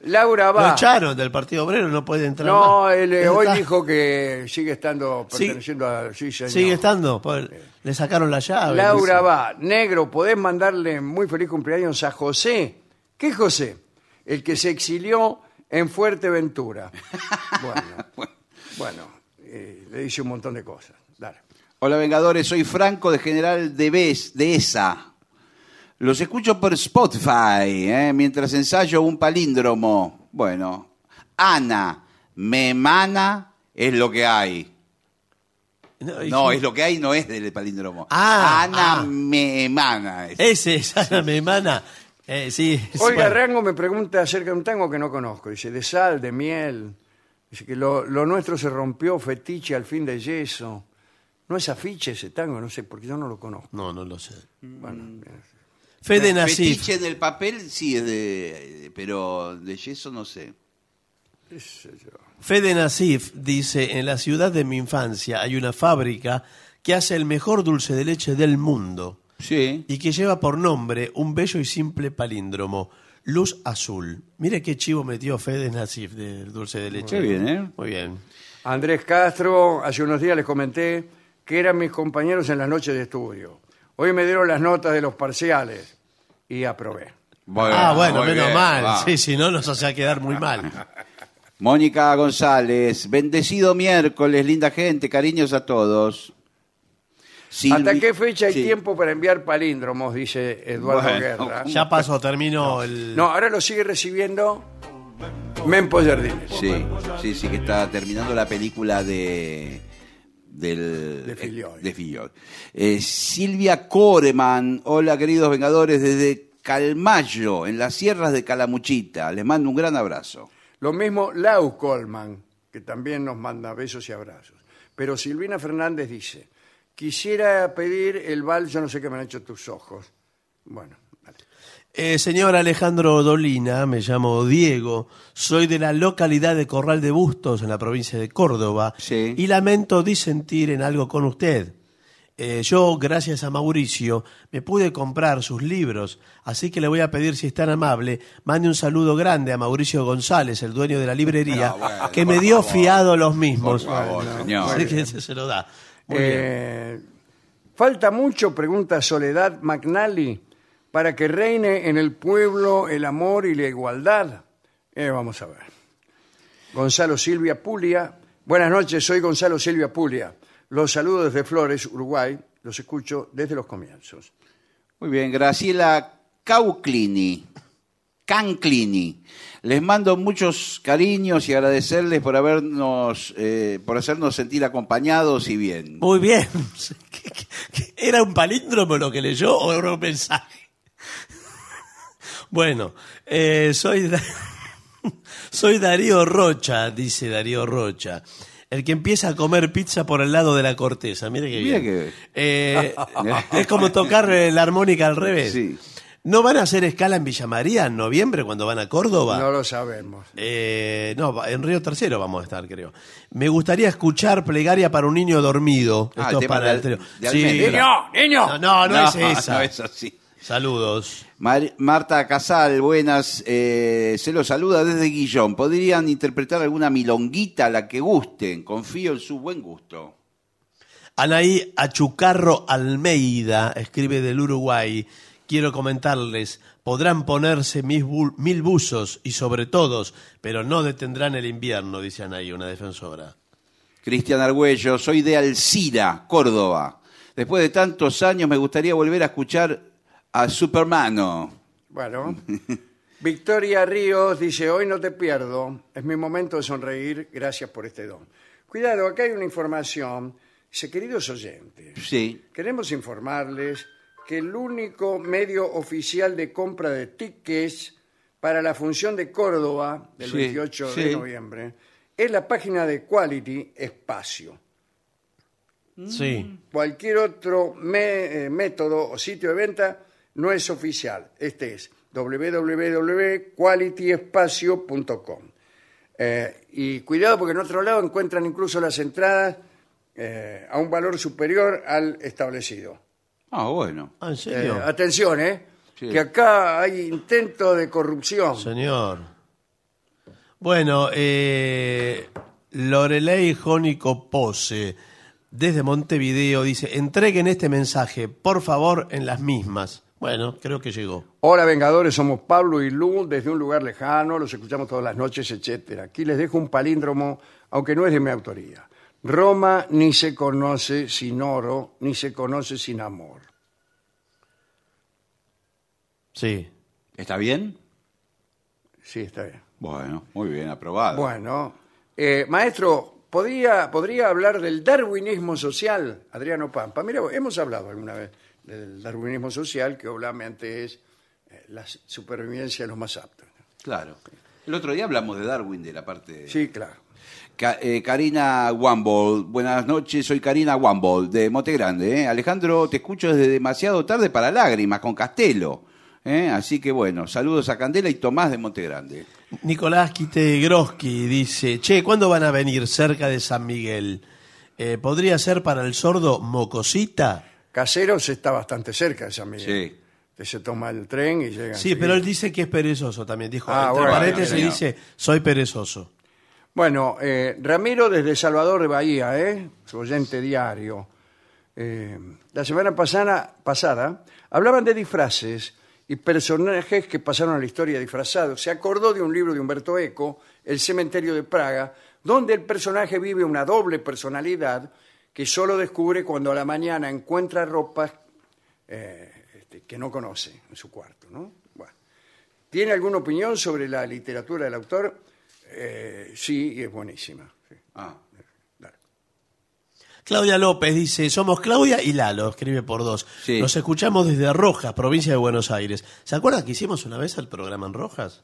Laura Lo Ah, va. echaron del Partido Obrero, no puede entrar No, más. él, eh, Él hoy está- dijo que sigue estando Sí. perteneciendo a. Sí, señor. Este Sigue estando, pobre. le sacaron la llave. Laura dice. va. Negro, podés mandarle muy feliz cumpleaños a José. ¿Qué José? El que se exilió en Fuerteventura. Bueno, bueno eh, le dice un montón de cosas. Dale. Hola Vengadores, soy Franco de General de Bes- de ESA. Los escucho por Spotify ¿eh? mientras ensayo un palíndromo. Bueno, Ana, me mana es lo que hay. y- No, es lo que hay, no es del palíndromo. Ah, Ana ah. me emana. es. Ese es Ana Memana. Eh, sí. es- Oiga, bueno. Rango me pregunta acerca de un tango que no conozco. Dice, de sal, de miel. Dice que lo, lo nuestro se rompió, fetiche al fin de yeso. No es afiche ese tango, no sé, porque yo no lo conozco. No, no lo sé. Bueno, bien. Fede Nasif. Mm. Fetiche en el papel, sí, es de, pero de yeso no sé. Fede Nasif dice, en la ciudad de mi infancia hay una fábrica que hace el mejor dulce de leche del mundo Sí. y que lleva por nombre un bello y simple palíndromo, luz azul. Mire qué chivo metió Fede Nasif del dulce de leche. Qué bien, ¿eh? Muy bien. Andrés Castro, hace unos días les comenté que eran mis compañeros en las noches de estudio. Hoy me dieron las notas de los parciales y aprobé. ah, bueno, muy menos bien, mal. va. Sí, si no, nos hacía quedar muy mal. Mónica González, bendecido miércoles, linda gente, cariños a todos. Silvi- ¿Hasta qué fecha hay Sí. tiempo para enviar palíndromos? Dice Eduardo Bueno, Guerra. Ya pasó, terminó el. No, ahora lo sigue recibiendo Mempo Jardines. Sí, sí, sí, que está terminando la película de del, De Filiol. de Filiol. Eh, Silvia Coreman, hola queridos Vengadores, desde Calmayo, en las sierras de Calamuchita. Les mando un gran abrazo. Lo mismo Lau Colman, que también nos manda besos y abrazos. Pero Silvina Fernández dice, quisiera pedir el vals, yo no sé qué me han hecho tus ojos. Bueno, vale. Eh, señor Alejandro Dolina, me llamo Diego, soy de la localidad de Corral de Bustos, en la provincia de Córdoba, Sí. y lamento disentir en algo con usted. Eh, yo, gracias a Mauricio, me pude comprar sus libros, así que le voy a pedir, si es tan amable, mande un saludo grande a Mauricio González, el dueño de la librería, No, bueno, que me por dio favor. fiado los mismos. Por favor, Bueno, señor. así que se, se lo da. Muy bien. Eh, ¿Falta mucho, pregunta Soledad McNally, para que reine en el pueblo el amor y la igualdad? Eh, vamos a ver. Gonzalo Silvia Pulia. Buenas noches, soy Gonzalo Silvia Pulia. Los saludo desde Flores, Uruguay. Los escucho desde los comienzos. Muy bien, Graciela Cauclini, Canclini. Les mando muchos cariños y agradecerles por habernos, eh, por hacernos sentir acompañados y bien. Muy bien. ¿Qué- qué- qué- ¿Era un palíndromo lo que leyó o era un mensaje? Bueno, eh, soy, Da- soy Darío Rocha, dice Darío Rocha. El que empieza a comer pizza por el lado de la corteza. Mire que Mira bien. que- Eh, es como tocar eh, la armónica al revés. Sí. ¿No van a hacer escala en Villa María en noviembre cuando van a Córdoba? No lo sabemos. Eh, no, en Río Tercero vamos a estar, creo. Me gustaría escuchar plegaria para un niño dormido. Ah, Esto el es tema para de- el trío. de Sí, Almendra. claro. ¡Niño! No, no, no es esa. no es así. Saludos. Mar- Marta Casal, buenas. eh, se los saluda desde Guillón. ¿Podrían interpretar alguna milonguita, la que gusten? Confío en su buen gusto. Anaí Achucarro Almeida escribe del Uruguay. Quiero comentarles, podrán ponerse mis bu- mil buzos y sobre todos, pero no detendrán el invierno, dice Anaí, una defensora. Cristian Argüello, soy de Alcira, Córdoba. Después de tantos años me gustaría volver a escuchar a Supermano. Bueno. Victoria Ríos dice, hoy no te pierdo, es mi momento de sonreír, gracias por este don. Cuidado, acá hay una información. Dice, queridos oyentes, Sí. queremos informarles que el único medio oficial de compra de tickets para la función de Córdoba del Sí, 28 de sí. noviembre es la página de Quality Espacio. Sí. Cualquier otro me- eh, método o sitio de venta no es oficial. Este es www.qualityespacio.com. Eh, y cuidado porque en otro lado encuentran incluso las entradas eh, a un valor superior al establecido. Ah, bueno. Ah, ¿en Eh, serio? atención, ¿eh? Sí. Que acá hay intento de corrupción. Señor. Bueno, eh, Lorelei Jónico Pose, desde Montevideo, dice, entreguen este mensaje, por favor, en las mismas. Bueno, creo que llegó. Hola Vengadores, somos Pablo y Lu desde un lugar lejano, los escuchamos todas las noches, etcétera. Aquí les dejo un palíndromo, aunque no es de mi autoría. Roma ni se conoce sin oro, ni se conoce sin amor. Sí. ¿Está bien? Sí, está bien. Bueno, muy bien, aprobado. Bueno, eh, maestro, ¿podría, ¿podría hablar del darwinismo social, Adriano Pampa? Mira, hemos hablado alguna vez del darwinismo social, que obviamente es eh, la supervivencia de los más aptos. Claro. El otro día hablamos de Darwin, de la parte... Sí, claro. Ca- eh, Karina Wambold, buenas noches, soy Karina Wambold, de Monte Grande. ¿eh? Alejandro, te escucho desde demasiado tarde para lágrimas, con Castelo. ¿eh? Así que bueno, saludos a Candela y Tomás de Monte Grande. Nicolás Quite Groski dice, che, ¿cuándo van a venir cerca de San Miguel? Eh, ¿Podría ser para el sordo Mocosita? Caseros está bastante cerca de San Miguel. Sí. Que Se toma el tren y llega. Sí, enseguida. pero él dice que es perezoso también. Dijo, Ah, entre bueno, paréntesis señor. dice, soy perezoso. Bueno, eh, Ramiro desde Salvador de Bahía, ¿eh? su oyente diario. Eh, la semana pasada, pasada hablaban de disfraces y personajes que pasaron a la historia disfrazados. Se acordó de un libro de Humberto Eco, El cementerio de Praga, donde el personaje vive una doble personalidad que solo descubre cuando a la mañana encuentra ropas eh, este, que no conoce en su cuarto. ¿no? Bueno. ¿Tiene alguna opinión sobre la literatura del autor? Eh, sí, y es buenísima. sí. Ah. Claudia López dice, somos Claudia y Lalo, escribe por dos. Sí. Nos escuchamos desde Rojas, provincia de Buenos Aires. ¿Se acuerdan que hicimos una vez el programa en Rojas?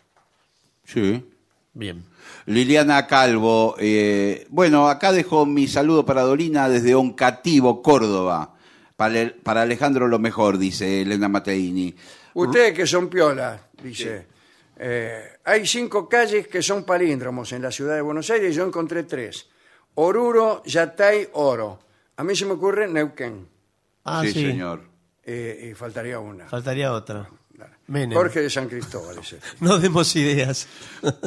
Sí. Bien. Liliana Calvo, eh, bueno, acá dejo mi saludo para Dolina desde Oncativo, Córdoba. Para, el- para Alejandro lo mejor, dice Elena Mateini. Ustedes que son piolas, dice. eh, hay cinco calles que son palíndromos en la ciudad de Buenos Aires y yo encontré tres. Oruro, Yatay, Oro. A mí se me ocurre Neuquén. Ah, sí, señor. eh, y faltaría una. Faltaría otra. Menem. Jorge de San Cristóbal. ese. No demos ideas.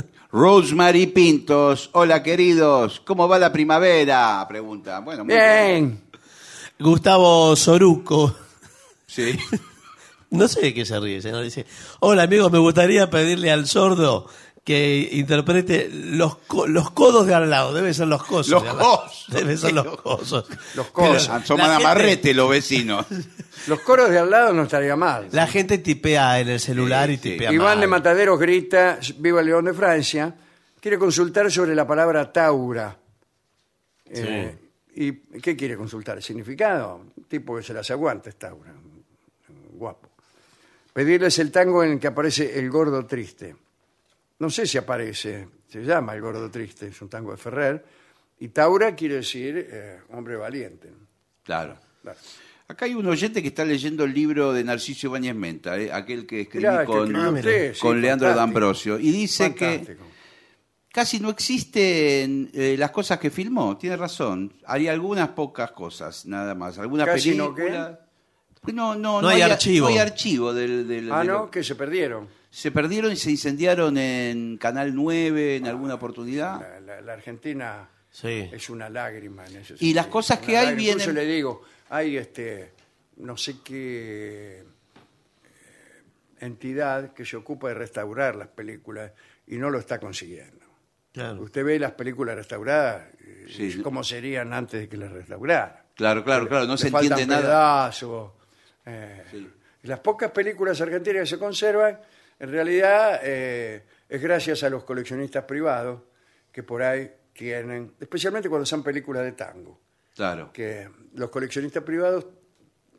Rosemary Pintos, hola queridos, ¿cómo va la primavera? Pregunta. Bueno, muy Bien. Gustavo Soruco. Sí. No sé de qué se ríe, señor. Dice, hola amigos, me gustaría pedirle al sordo que interprete los, co- los codos de al lado. Debe ser los cosos. Los de al lado. cosos. Debe ser los cosos. Pero Los cosos. Asoman la a gente- marrete los vecinos. Los coros de al lado no estaría mal. La gente tipea en el celular Sí, y sí. tipea Iván mal. de Mataderos grita, viva el León de Francia, quiere consultar sobre la palabra taura. Eh, ¿Y qué quiere consultar? ¿El significado? Un tipo que se las aguanta es taura. Guapo. Pedirles el tango en el que aparece el gordo triste. No sé si aparece, se llama el gordo triste, es un tango de Ferrer. Y taura quiere decir eh, hombre valiente. Claro. Claro. Acá hay un oyente que está leyendo el libro de Narciso Ibáñez Menta, eh, aquel que escribí Mirá, que con, escribió usted, sí, con Leandro fantástico. D'Ambrosio, y dice que Fantástico. casi no existen eh, las cosas que filmó, tiene razón. Hay algunas pocas cosas, nada más. Algunas ¿Casi no películas. No, no, no, hay archivo. No hay archivo del. del- Ah, de lo- no, que se perdieron. Se perdieron y se incendiaron en Canal 9 en alguna oportunidad. La- la- la Argentina Sí. es una lágrima en ese Y las cosas que hay viene Yo vienen- le digo, hay este, no sé qué eh, entidad que se ocupa de restaurar las películas y no lo está consiguiendo. Claro. Usted ve las películas restauradas, eh, Sí. cómo serían antes de que las restauraran. Claro, claro, claro, no Le se faltan entiende nada. pedazos, eh, y Las pocas películas argentinas que se conservan, en realidad eh, es gracias a los coleccionistas privados que por ahí tienen, especialmente cuando son películas de tango, Claro. que los coleccionistas privados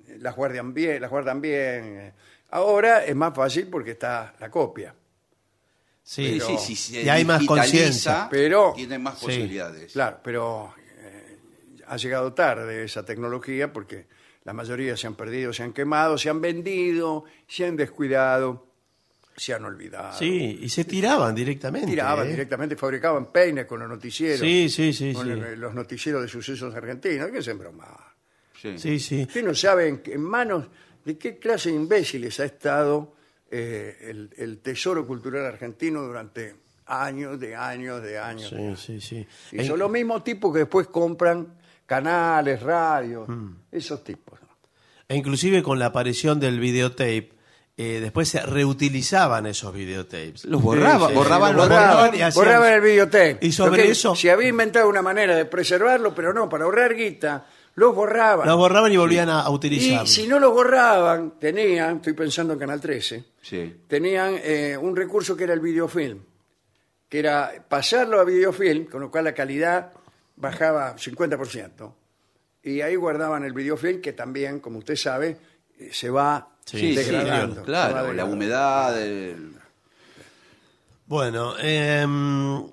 eh, las guardan bien, las guardan bien. eh. Ahora es más fácil porque está la copia. Sí. Sí, sí, sí, se y hay más digitaliza, conciencia. Pero- Tiene más Sí. posibilidades. Claro, pero eh, ha llegado tarde esa tecnología porque la mayoría se han perdido, se han quemado, se han vendido, se han descuidado, se han olvidado. Sí, y se tiraban directamente. Tiraban ¿eh? directamente, fabricaban peines con los noticieros. Sí, sí, sí. con sí. el- los noticieros de sucesos argentinos. que se broma. Sí. Sí, sí. Usted no sabe en, qué- en manos de qué clase de imbéciles ha estado eh, el, el tesoro cultural argentino durante años, de años, de años. de Sí, sí, sí. E y En- son los mismos tipos que después compran canales, radios, Mm. esos tipos. E inclusive con la aparición del videotape, eh, después se reutilizaban esos videotapes. Los borraba, sí, borraban sí, los borraban. borrones. y hacían- borraban el videotape. Y sobre Lo que- eso- Se había inventado una manera de preservarlo, pero no, para ahorrar guita, los borraban. Los borraban y volvían a, a y utilizarlos. si no los borraban, tenían, estoy pensando en Canal 13, Sí. tenían eh, un recurso que era el videofilm, que era pasarlo a videofilm, con lo cual la calidad bajaba 50%. Y ahí guardaban el videofilm, que también, como usted sabe, eh, se va Sí, Sí, sí, claro, degradando. se va claro, la degradando. humedad, el- Bueno, em,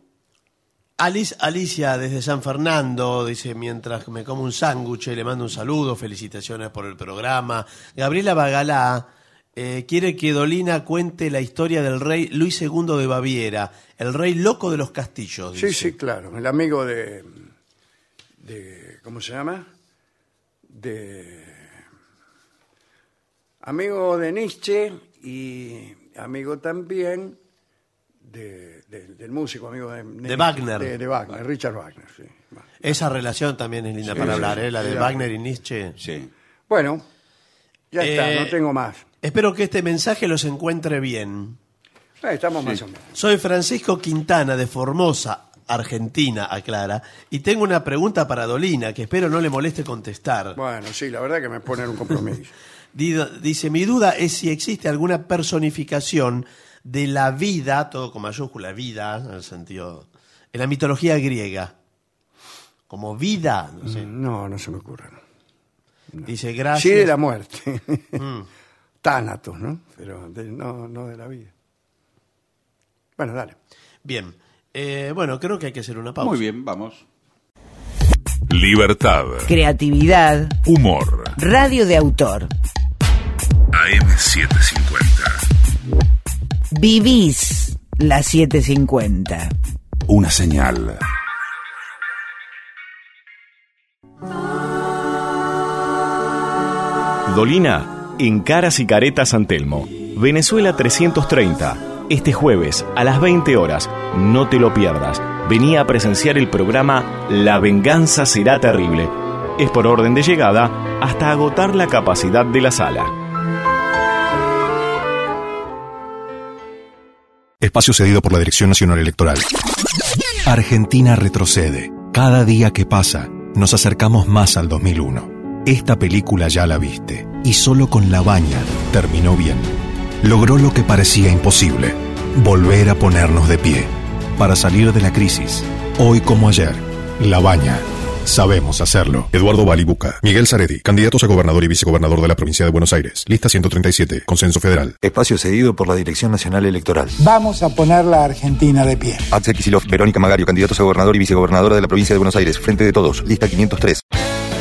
Alice, Alicia desde San Fernando dice, mientras me como un sándwich, eh, le mando un saludo, felicitaciones por el programa. Gabriela Bagalá eh, quiere que Dolina cuente la historia del rey Luis II de Baviera, el rey loco de los castillos. Sí, dice. sí, claro. El amigo de, de- ¿Cómo se llama? De. Amigo de Nietzsche y amigo también de- de- del músico, amigo de, De Wagner. De, de Wagner, Richard Wagner, sí. Esa relación también es linda Sí, para sí, hablar, ¿eh? la de claro. Wagner y Nietzsche. sí. Bueno, ya Eh, está, no tengo más. Espero que este mensaje los encuentre bien. Ah, estamos más o menos. Soy Francisco Quintana de Formosa, Argentina, aclara, y tengo una pregunta para Dolina que espero no le moleste contestar. Bueno, sí, la verdad que me ponen un compromiso. Dido- Dice, mi duda es si existe alguna personificación de la vida, todo con mayúscula, vida, en el sentido, en la mitología griega. como vida. no sé. Mm, No, no se me ocurre. no. Dice gracias. Mm. Sí de la muerte. Tánatos, ¿no? Pero de- no, no de la vida. Bueno, dale. Bien. Eh, bueno, creo que hay que hacer una pausa. Muy bien, vamos. Libertad. Creatividad. Humor. Radio de autor. AM750. Vivís la 750. Una señal. Dolina, en Caras y Caretas San Telmo, Venezuela 330. Este jueves a las 20 horas, no te lo pierdas. Venía a presenciar el programa La venganza será terrible. Es por orden de llegada hasta agotar la capacidad de la sala. Espacio cedido por la Dirección Nacional Electoral. Argentina retrocede. Cada día que pasa, nos acercamos más al 2001. Esta película ya la viste, y solo con la baña terminó bien. Logró lo que parecía imposible, volver a ponernos de pie. Para salir de la crisis, hoy como ayer, la baña. Sabemos hacerlo. Eduardo Balibuca, Miguel Zaredi, candidatos a gobernador y vicegobernador de la provincia de Buenos Aires. Lista 137, Consenso Federal. Espacio cedido por la Dirección Nacional Electoral. Vamos a poner la Argentina de pie. Axel Kicillof, Verónica Magario, candidatos a gobernador y vicegobernadora de la provincia de Buenos Aires. Frente de todos. Lista 503.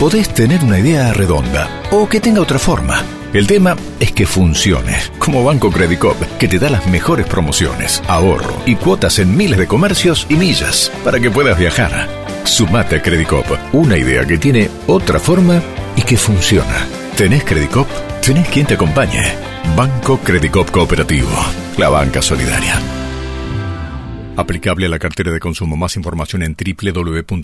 Podés tener una idea redonda o que tenga otra forma. El tema es que funcione, como Banco Credit Cop, que te da las mejores promociones, ahorro y cuotas en miles de comercios y millas para que puedas viajar. Sumate a Credit Cop, una idea que tiene otra forma y que funciona. ¿Tenés Credit Cop? Tenés quien te acompañe. Banco Credit Cop Cooperativo, la banca solidaria. Aplicable a la cartera de consumo. Más información en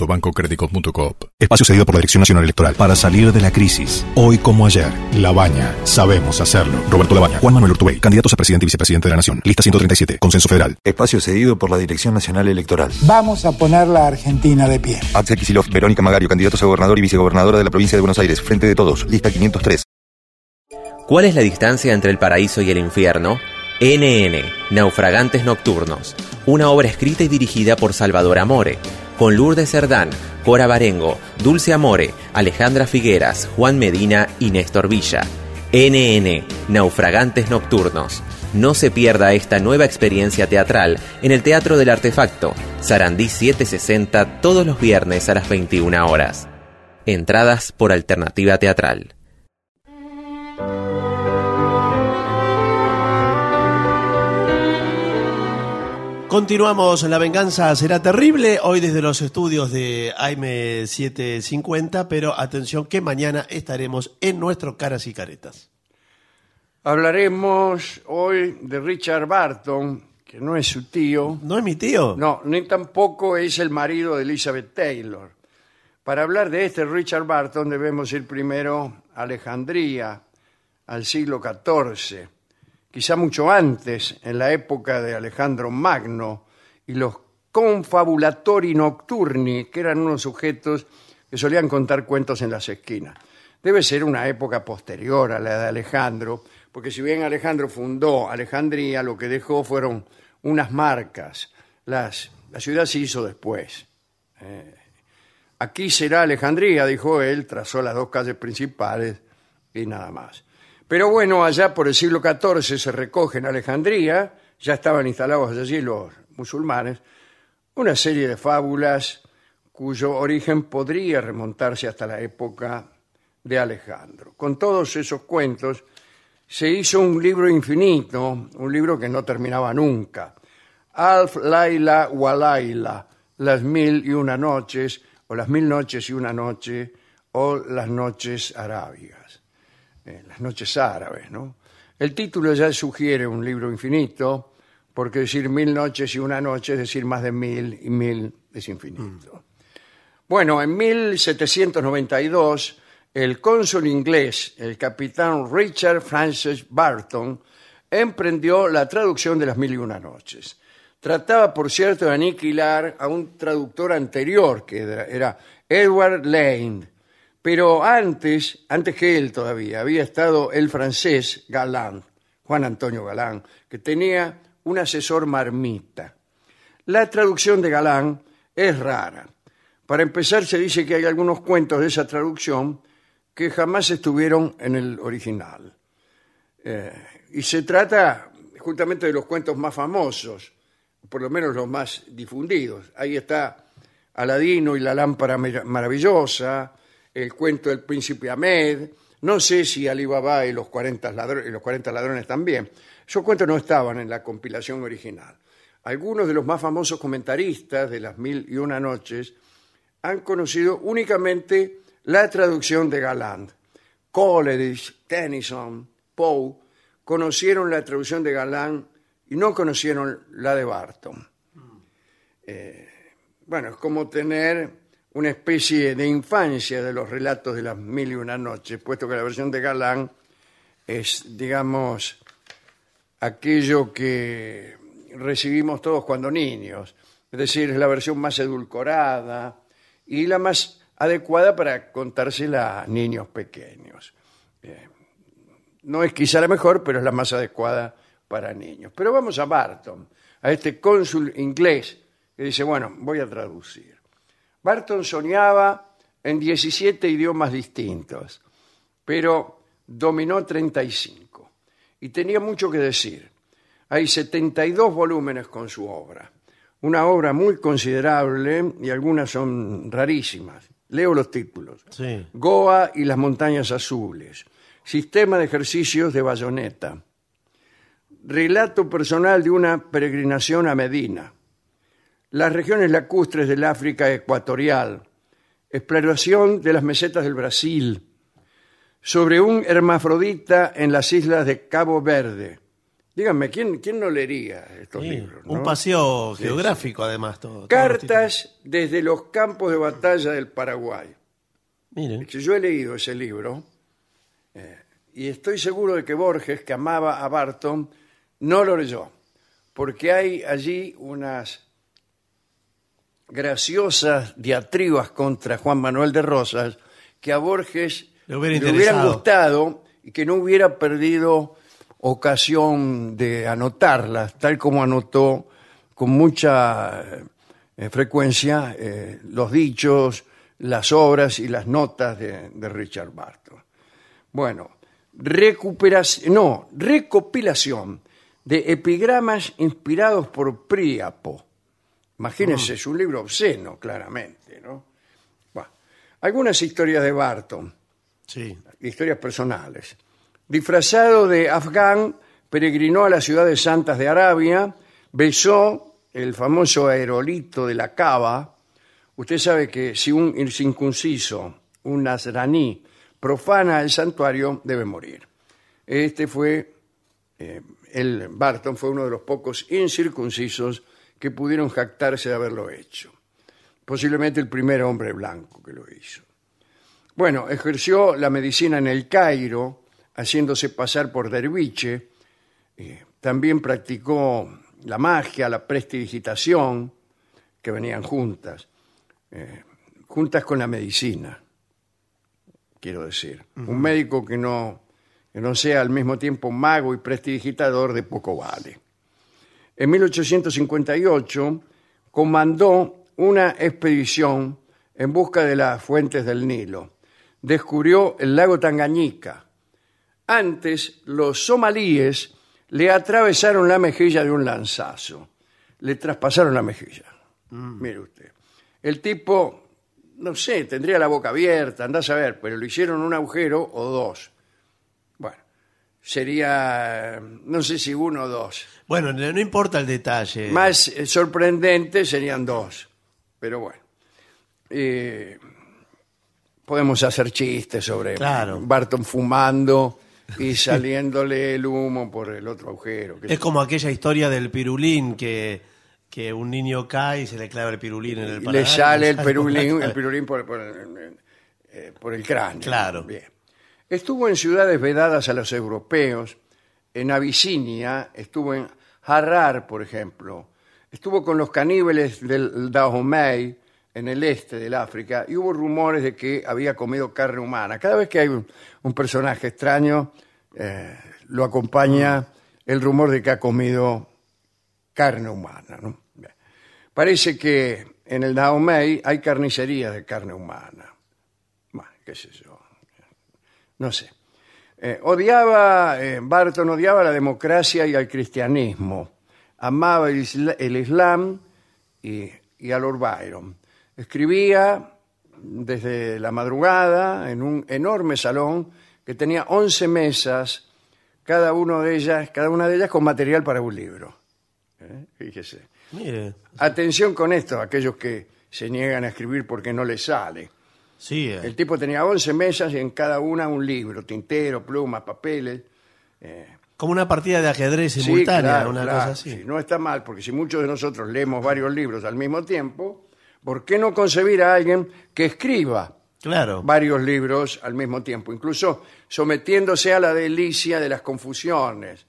www.bancocreditcop.coop. Espacio cedido por la Dirección Nacional Electoral. Para salir de la crisis, hoy como ayer, La Baña, sabemos hacerlo. Roberto La Baña, Juan Manuel Urtubey, candidatos a presidente y vicepresidente de la Nación. Lista 137, Consenso Federal. Espacio cedido por la Dirección Nacional Electoral. Vamos a poner la Argentina de pie. Axel Kicillof, Verónica Magario, candidatos a gobernador y vicegobernadora de la provincia de Buenos Aires. Frente de todos. Lista 503. ¿Cuál es la distancia entre el paraíso y el infierno? NN, Naufragantes Nocturnos, una obra escrita y dirigida por Salvador Amore, con Lourdes Cerdán, Cora Barengo, Dulce Amore, Alejandra Figueras, Juan Medina y Néstor Villa. NN, Naufragantes Nocturnos. No se pierda esta nueva experiencia teatral en el Teatro del Artefacto, Sarandí 760, todos los viernes a las 21 horas. Entradas por alternativa teatral. Continuamos en La Venganza Será Terrible, hoy desde los estudios de AM750, pero atención que mañana estaremos en nuestro Caras y Caretas. Hablaremos hoy de Richard Barton, que no es su tío. ¿No es mi tío? No, ni tampoco es el marido de Elizabeth Taylor. Para hablar de este Richard Barton debemos ir primero a Alejandría, al siglo XIV, quizá mucho antes, en la época de Alejandro Magno y los confabulatori nocturni, que eran unos sujetos que solían contar cuentos en las esquinas. Debe ser una época posterior a la de Alejandro, porque si bien Alejandro fundó Alejandría, lo que dejó fueron unas marcas. Las, la ciudad se hizo después. Eh, aquí será Alejandría, dijo él, trazó las dos calles principales y nada más. Pero bueno, allá por el siglo XIV se recoge en Alejandría, ya estaban instalados allí los musulmanes, una serie de fábulas cuyo origen podría remontarse hasta la época de Alejandro. Con todos esos cuentos se hizo un libro infinito, un libro que no terminaba nunca. Alf Laila Walaila, Las Mil y Una Noches, o Las Mil Noches y Una Noche, o Las Noches Arábigas, eh, Las Noches Árabes, ¿no? El título ya sugiere un libro infinito, porque decir mil noches y una noche es decir más de mil, y mil es infinito. Bueno, en 1792, el cónsul inglés, el capitán Richard Francis Barton, emprendió la traducción de las Mil y Una Noches. Trataba, por cierto, de aniquilar a un traductor anterior, que era- era Edward Lane, pero antes, antes que él todavía, había estado el francés Galán, Juan Antonio Galán, que tenía un asesor marmita. La traducción de Galán es rara Para empezar, se dice que hay algunos cuentos de esa traducción que jamás estuvieron en el original. Eh, y se trata justamente de los cuentos más famosos, por lo menos los más difundidos. Ahí está Aladino y la lámpara me- maravillosa, el cuento del príncipe Ahmed, no sé si Alibaba y los 40 ladrones, y los 40 ladrones también. Esos cuentos no estaban en la compilación original. Algunos de los más famosos comentaristas de las mil y una noches han conocido únicamente la traducción de Galant. Coleridge, Tennyson, Poe conocieron la traducción de Galant y no conocieron la de Barton. Eh, bueno, es como tener una especie de infancia de los relatos de las mil y una noches, puesto que la versión de Galán es, digamos, aquello que recibimos todos cuando niños, es decir, es la versión más edulcorada y la más adecuada para contársela a niños pequeños. Eh, no es quizá la mejor, pero es la más adecuada para niños. Pero vamos a Barton, a este cónsul inglés que dice, bueno, voy a traducir. Barton soñaba en 17 idiomas distintos, pero dominó 35 y tenía mucho que decir. Hay 72 volúmenes con su obra, una obra muy considerable y algunas son rarísimas. Leo los títulos. Sí. Goa y las montañas azules. Sistema de ejercicios de bayoneta. Relato personal de una peregrinación a Medina. Las regiones lacustres del África ecuatorial. Exploración de las mesetas del Brasil. Sobre un hermafrodita en las islas de Cabo Verde. Díganme, ¿quién, quién no leería estos Sí, libros? Un no? paseo Sí, sí. geográfico, además. Todo, todos los títulos. Cartas desde los campos de batalla del Paraguay. Miren. Yo he leído ese libro eh, y estoy seguro de que Borges, que amaba a Barton, no lo leyó, porque hay allí unas graciosas diatribas contra Juan Manuel de Rosas que a Borges Le hubiera hubieran interesado. gustado y que no hubiera perdido ocasión de anotarlas, tal como anotó con mucha eh, frecuencia eh, los dichos, las obras y las notas de, de Richard Barton. Bueno, recuperación, no, recopilación de epigramas inspirados por Príapo. Imagínense, es un libro obsceno, claramente, ¿no? Bueno, algunas historias de Barton Sí. historias personales. Disfrazado de afgán, peregrinó a las ciudades santas de Arabia, besó el famoso aerolito de la Cava. Usted sabe que si un incircunciso, un nazraní, profana el santuario, debe morir. Este fue, eh, el Barton fue uno de los pocos incircuncisos que pudieron jactarse de haberlo hecho. Posiblemente el primer hombre blanco que lo hizo. Bueno, ejerció la medicina en el Cairo, haciéndose pasar por derviche. Eh, también practicó la magia, la prestidigitación, que venían juntas, eh, juntas con la medicina, quiero decir. Un médico que no, que no sea al mismo tiempo mago y prestidigitador de poco vale. En 1858 comandó una expedición en busca de las fuentes del Nilo. Descubrió el lago Tangañica. Antes, los somalíes le atravesaron la mejilla de un lanzazo. Le traspasaron la mejilla. Mire usted. El tipo, no sé, tendría la boca abierta, andá a saber, pero le hicieron un agujero o dos. Bueno, sería, eh, no sé si uno o dos. Bueno, no no importa el detalle. Más eh, sorprendente serían dos. Pero bueno. Eh, podemos hacer chistes sobre Claro. Barton fumando y saliéndole el humo por el otro agujero. qué sé Es como aquella historia del pirulín que, que un niño cae y se le clava el pirulín en el le paladar. sale el por la perulín, cara. el pirulín por, por el- eh, por el cráneo. Claro. Bien. Estuvo en ciudades vedadas a los europeos, en Abisinia, estuvo en Harrar, por ejemplo, estuvo con los caníbales del Dahomey en el este del África y hubo rumores de que había comido carne humana. Cada vez que hay un, un personaje extraño, eh, lo acompaña Mm. el rumor de que ha comido carne humana. ¿no? Parece que en el Dahomey hay carnicerías de carne humana. Bah, qué sé yo. No sé. Eh, odiaba, eh, Barton odiaba la democracia y al cristianismo. Amaba el, isla- el Islam y, y a Lord Byron. Escribía desde la madrugada en un enorme salón que tenía 11 mesas, cada, uno de ellas, cada una de ellas con material para un libro. ¿Eh? Fíjese. Mire, Atención con esto, aquellos que se niegan a escribir porque no les sale. sí, eh, El tipo tenía 11 mesas y en cada una un libro, tintero, plumas, papeles. Eh, como una partida de ajedrez Sí, simultánea, claro, una claro, cosa así. sí, no está mal, porque si muchos de nosotros leemos varios libros al mismo tiempo, ¿por qué no concebir a alguien que escriba Claro. varios libros al mismo tiempo? Incluso sometiéndose a la delicia de las confusiones.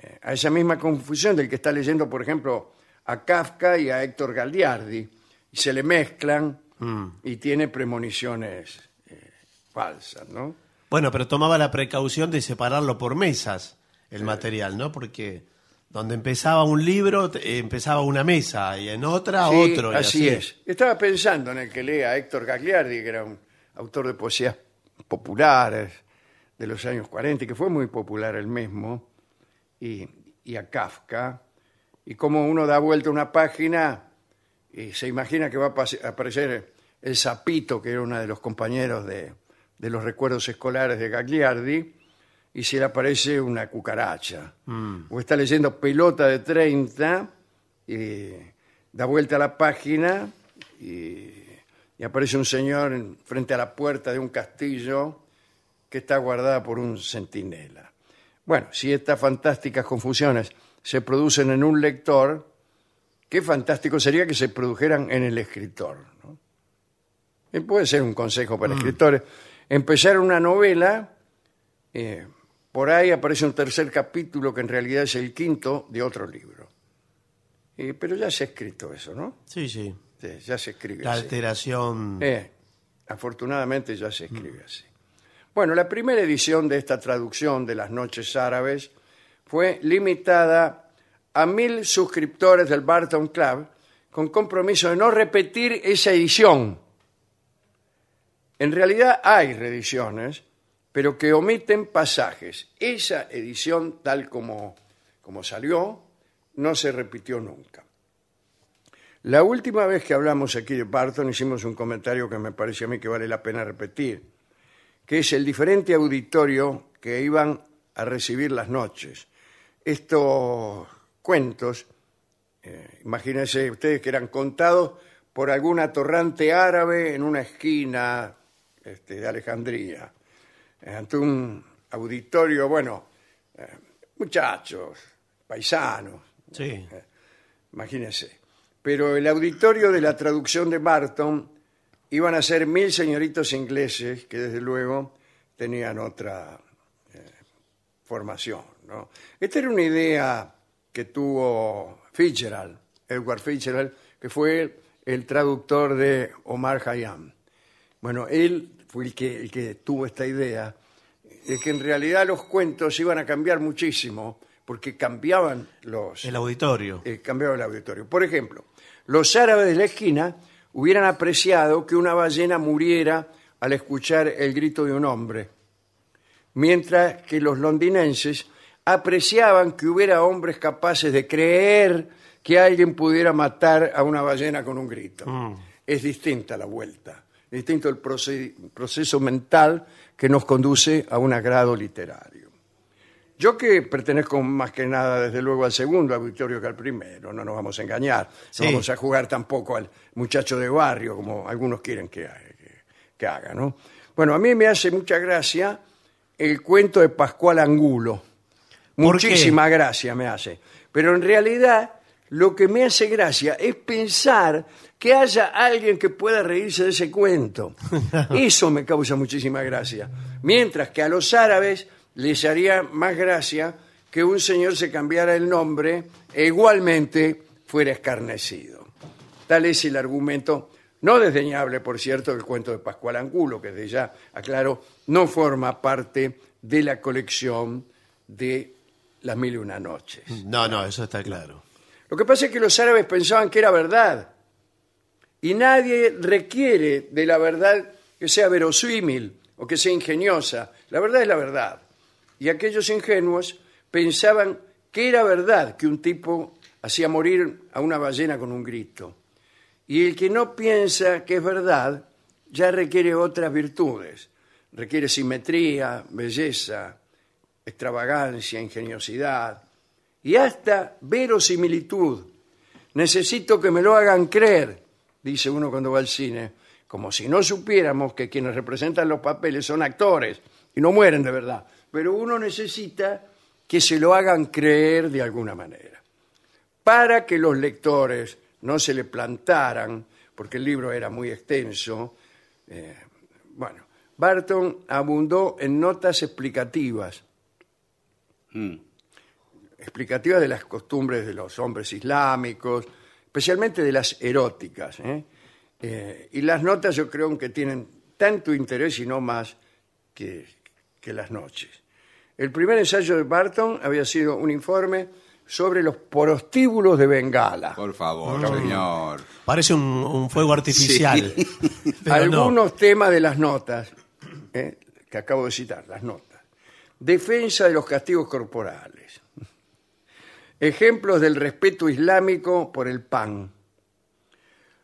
Eh, A esa misma confusión del que está leyendo, por ejemplo, a Kafka y a Héctor Galdiardi. Y se le mezclan Mm. y tiene premoniciones eh, falsas, ¿no? Bueno, pero tomaba la precaución de separarlo por mesas el material, ¿no? Porque donde empezaba un libro, te- eh, empezaba una mesa y en otra Sí, otro. y así, es. Estaba pensando en el que lea Héctor Gagliardi, que era un autor de poesías populares de los años 40, y que fue muy popular el mismo, y, y a Kafka, y cómo uno da vuelta una página y se imagina que va a pase- a aparecer el sapito, que era uno de los compañeros de, de los recuerdos escolares de Gagliardi, y se le aparece una cucaracha Mm. o está leyendo Pelota de 30, y da vuelta a la página y, y aparece un señor en- frente a la puerta de un castillo que está guardada por un centinela. Bueno, si estas fantásticas confusiones se producen en un lector, qué fantástico sería que se produjeran en el escritor. ¿no? Y puede ser un consejo para escritores. Empezar una novela eh, por ahí aparece un tercer capítulo que en realidad es el quinto de otro libro. Eh, pero ya se ha escrito eso, ¿no? Sí, sí. Sí, ya se escribe La así. alteración. Eh, afortunadamente ya se escribe así. Bueno, la primera edición de esta traducción de Las Noches Árabes fue limitada a mil suscriptores del Barton Club con compromiso de no repetir esa edición. En realidad hay reediciones, pero que omiten pasajes. Esa edición, tal como, como salió, no se repitió nunca. La última vez que hablamos aquí de Barton hicimos un comentario que me parece a mí que vale la pena repetir, que es el diferente auditorio que iban a recibir las noches. Estos cuentos, eh, imagínense ustedes que eran contados por algún atorrante árabe en una esquina este, de Alejandría, eh, ante un auditorio, bueno, eh, muchachos, paisanos, Sí. imagínense. Pero el auditorio de la traducción de Barton iban a ser mil señoritos ingleses que desde luego tenían otra eh, formación. ¿no? Esta era una idea que tuvo Fitzgerald, Edward Fitzgerald, que fue el traductor de Omar Hayam. Bueno, él fue el que, el que tuvo esta idea de que en realidad los cuentos iban a cambiar muchísimo porque cambiaban los El auditorio. eh, cambiaba el auditorio. Por ejemplo, los árabes de la esquina hubieran apreciado que una ballena muriera al escuchar el grito de un hombre, mientras que los londinenses apreciaban que hubiera hombres capaces de creer que alguien pudiera matar a una ballena con un grito. Mm. Es distinta la vuelta, distinto el proce- proceso mental que nos conduce a un agrado literario. Yo que pertenezco más que nada, desde luego, al segundo auditorio que al primero, no nos vamos a engañar. Sí. No vamos a jugar tampoco al muchacho de barrio, como algunos quieren que, ha- que- que haga, ¿no? Bueno, a mí me hace mucha gracia el cuento de Pascual Angulo. ¿Por qué? Muchísima gracia me hace. Pero en realidad, lo que me hace gracia es pensar que haya alguien que pueda reírse de ese cuento. Eso me causa muchísima gracia. Mientras que a los árabes les haría más gracia que un señor se cambiara el nombre e igualmente fuera escarnecido. Tal es el argumento, no desdeñable, por cierto, del cuento de Pascual Angulo, que desde ya, aclaro, no forma parte de la colección de Las Mil y Una Noches. No, no, eso está claro. Lo que pasa es que los árabes pensaban que era verdad y nadie requiere de la verdad que sea verosímil o que sea ingeniosa. La verdad es la verdad. Y aquellos ingenuos pensaban que era verdad que un tipo hacía morir a una ballena con un grito. Y el que no piensa que es verdad ya requiere otras virtudes. Requiere simetría, belleza, extravagancia, ingeniosidad y hasta verosimilitud. Necesito que me lo hagan creer, dice uno cuando va al cine, como si no supiéramos que quienes representan los papeles son actores y no mueren de verdad. Pero uno necesita que se lo hagan creer de alguna manera. Para que los lectores no se le plantaran, porque el libro era muy extenso, eh, bueno, Barton abundó en notas explicativas. Mm. explicativas de las costumbres de los hombres islámicos, especialmente de las eróticas. ¿eh? Eh, y las notas yo creo que tienen tanto interés y no más que, que las noches. El primer ensayo de Barton había sido un informe sobre los porostíbulos de Bengala. Por Ah. favor, señor. Parece un, un fuego artificial. Pero no. Algunos temas de las notas ¿eh? que acabo de citar, las notas. Defensa de los castigos corporales. Ejemplos del respeto islámico por el pan.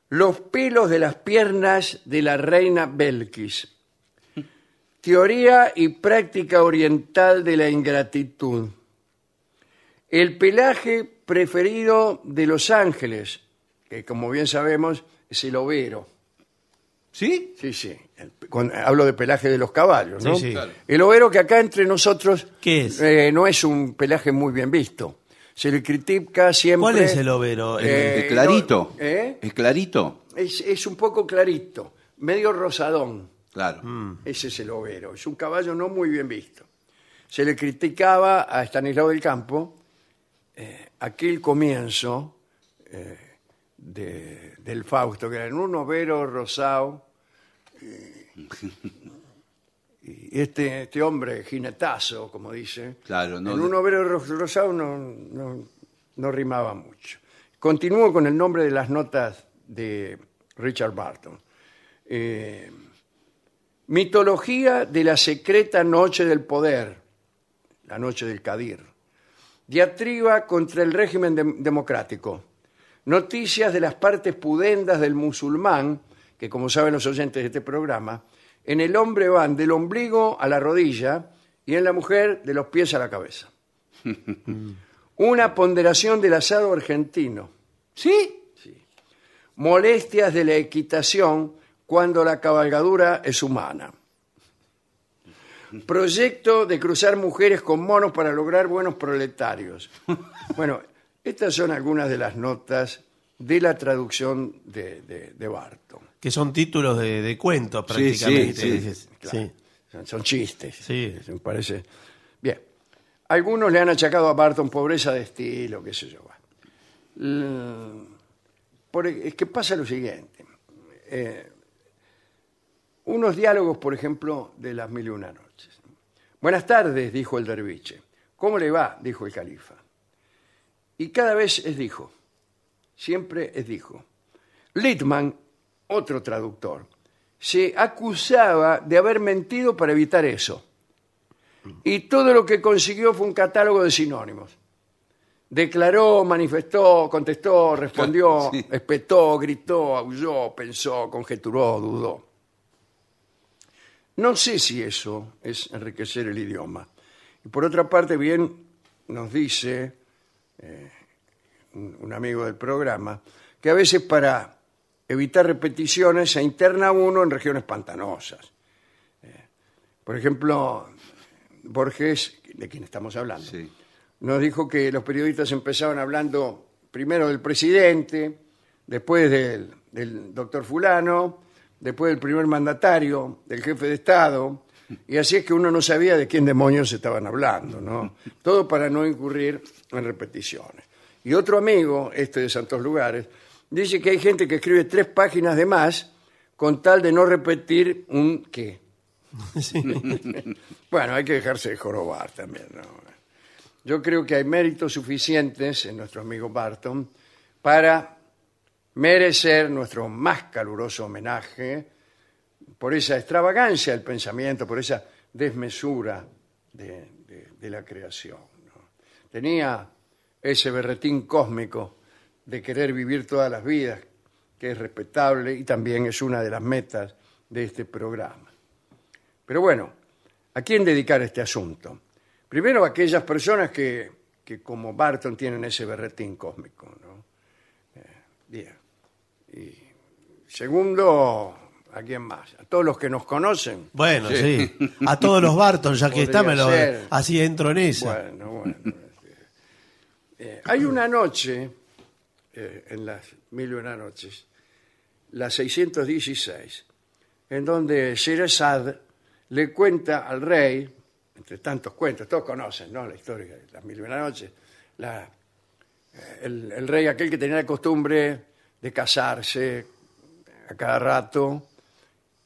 Los pelos de las piernas de la reina Belkis. Teoría y práctica oriental de la ingratitud. El pelaje preferido de los ángeles, que como bien sabemos es el overo. ¿Sí? Sí, sí. El- cuando- hablo de pelaje de los caballos, ¿no? Sí, sí. Claro. El overo que acá entre nosotros ¿Qué es? eh, no es un pelaje muy bien visto. Se le critica siempre. ¿Cuál es el overo? El- Eh, ¿Es clarito? no, ¿eh? ¿Es clarito? Es, es un poco clarito, medio rosadón. Claro. Mm. Ese es el overo. Es un caballo no muy bien visto. Se le criticaba a Estanislao del Campo eh, aquel comienzo eh, de- del Fausto, que era en un overo rosado. eh, y este, este hombre, jinetazo, como dice, Claro, no. en un obrero ro- rosado no, no- no rimaba mucho. Continúo con el nombre de las notas de Richard Barton. Eh, mitología de la secreta noche del poder, la noche del Cadir. Diatriba contra el régimen dem- democrático. Noticias de las partes pudendas del musulmán, que como saben los oyentes de este programa, en el hombre van del ombligo a la rodilla y en la mujer de los pies a la cabeza. Una ponderación del asado argentino. ¿Sí? Molestias de la equitación cuando la cabalgadura es humana. Proyecto de cruzar mujeres con monos para lograr buenos proletarios. Bueno, estas son algunas de las notas de la traducción de, de, de Barton. Que son títulos de, de cuentos Sí, sí, prácticamente. sí. Dices, Claro. sí. Son, son chistes. Sí. Me parece. Bien. Algunos le han achacado a Barton pobreza de estilo, qué sé yo. va. L- por- e, es que pasa lo siguiente. Eh, unos diálogos, por ejemplo, de las mil y una noches. Buenas tardes, dijo el derviche. ¿Cómo le va? dijo el califa. Y cada vez es dijo. Siempre es dijo. Littman, otro traductor, se acusaba de haber mentido para evitar eso. Y todo lo que consiguió fue un catálogo de sinónimos. Declaró, manifestó, contestó, respondió, Sí. espetó, gritó, aulló, pensó, conjeturó, dudó. No sé si eso es enriquecer el idioma. Y por otra parte, bien nos dice eh, un un amigo del programa que a veces para evitar repeticiones, se interna uno en regiones pantanosas. Eh, Por ejemplo, Borges, de quien estamos hablando, nos dijo que los periodistas empezaban hablando primero del presidente, después del, del doctor fulano, después del primer mandatario, del jefe de Estado, y así es que uno no sabía de quién demonios estaban hablando, ¿no? Todo para no incurrir en repeticiones. Y otro amigo, este de Santos Lugares, dice que hay gente que escribe tres páginas de más con tal de no repetir un qué. bueno, hay que dejarse de jorobar también, ¿no? Yo creo que hay méritos suficientes en nuestro amigo Barton para merecer nuestro más caluroso homenaje por esa extravagancia del pensamiento, por esa desmesura de, eh, de- de la creación. ¿no? Tenía ese berretín cósmico de querer vivir todas las vidas, que es respetable y también es una de las metas de este programa. Pero bueno, ¿a quién dedicar este asunto? Primero a aquellas personas que, que como Barton tienen ese berretín cósmico. ¿no? Eh, bien. Y segundo, ¿a quién más? A todos los que nos conocen. Bueno, sí. A todos los Barton, ya que está, me Podría lo, ser. así entro en esa. Bueno, bueno. Eh, hay una noche, eh, en las mil y una noches, la 616, en donde Sherazad le cuenta al rey, entre tantos cuentos, todos conocen ¿no? la historia de las mil y una noches, la- eh, el, el rey aquel que tenía la costumbre de casarse a cada rato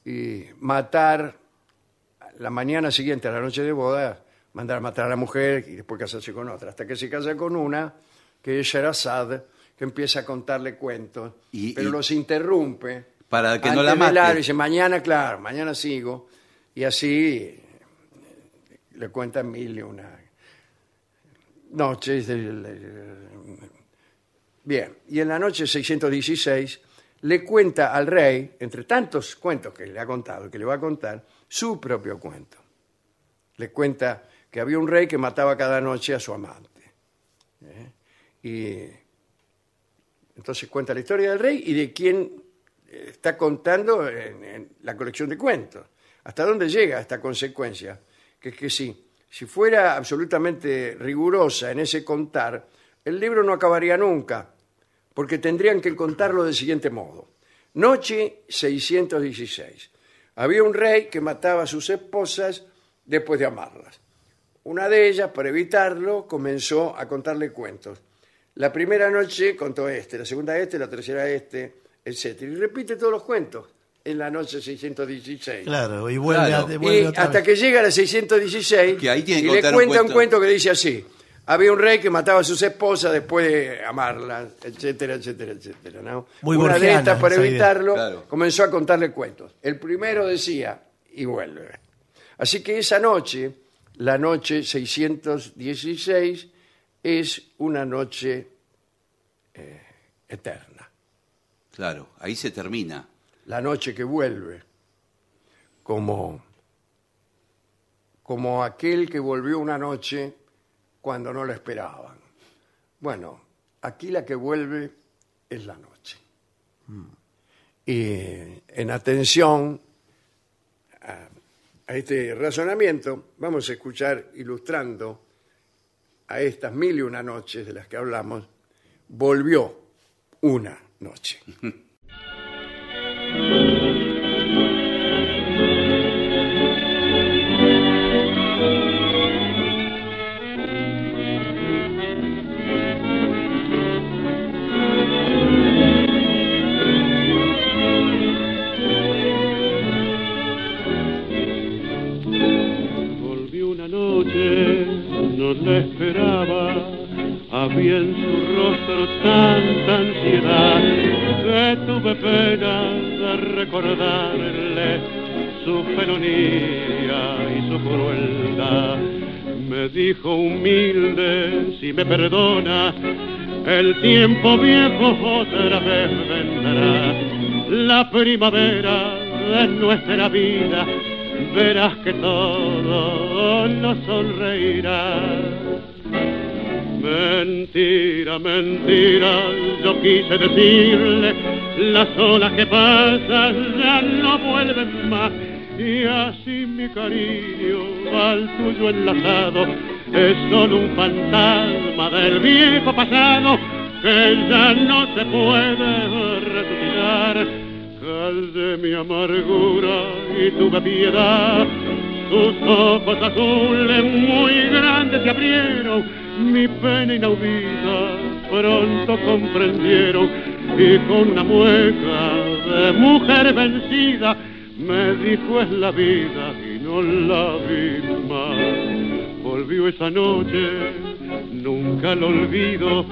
y matar la mañana siguiente a la noche de boda, mandar a matar a la mujer y después casarse con otra, hasta que se casa con una, que es Sherazad, que empieza a contarle cuentos, Y- pero y- los interrumpe. Para que no antes la de largo, mate. dice, mañana, claro, mañana sigo. Y así eh, le cuentan mil y una noches. del- eh, Bien, y en la noche 616 le cuenta al rey, entre tantos cuentos que le ha contado, que le va a contar, su propio cuento. Le cuenta que había un rey que mataba cada noche a su amante. ¿eh? Y entonces cuenta la historia del rey y de quién eh, está contando en, en la colección de cuentos. ¿Hasta dónde llega esta consecuencia? Que es que sí, si fuera absolutamente rigurosa en ese contar, el libro no acabaría nunca, porque tendrían que contarlo del siguiente modo. Noche 616. Había un rey que mataba a sus esposas después de amarlas. Una de ellas, para evitarlo, comenzó a contarle cuentos. La primera noche contó este, la segunda este, la tercera este, etc. Y repite todos los cuentos en la noche 616. Claro, y vuelve Claro. a. de- vuelve Y otra hasta vez. que llega a la 616 Que ahí tiene y que le contar cuenta un un cuento. cuento que dice así. Había un rey que mataba a sus esposas después de amarlas, etcétera, etcétera, etcétera. ¿no? Muy Una de borgiana estas, para esa idea. evitarlo, Claro. comenzó a contarle cuentos. El primero decía, y vuelve. Así que esa noche, la noche 616, es una noche eh, eterna. Claro, ahí se termina. la noche que vuelve, como, como aquel que volvió una noche cuando no lo esperaban. Bueno, aquí la que vuelve es la noche. Y en atención a, a este razonamiento, vamos a escuchar ilustrando a estas mil y una noches de las que hablamos, volvió una noche. Volvió una noche, no la esperaba, había en su rostro tanta ansiedad que tuve pena de recordarle su felonía y su crueldad. Me dijo humilde, si me perdona, el tiempo viejo otra vez vendrá. La primavera de nuestra vida, verás que todo nos sonreirá. Mentira, mentira, yo quise decirle, las olas que pasan ya no vuelven más. Y así mi cariño al tuyo enlazado es solo un fantasma del viejo pasado que ya no se puede resucitar. Calde mi amargura y tuve piedad. Tus ojos azules muy grandes se abrieron, mi pena inaudita pronto comprendieron y con una mueca de mujer vencida me dijo es la vida y no la vi más. Volvió esa noche, nunca lo olvido,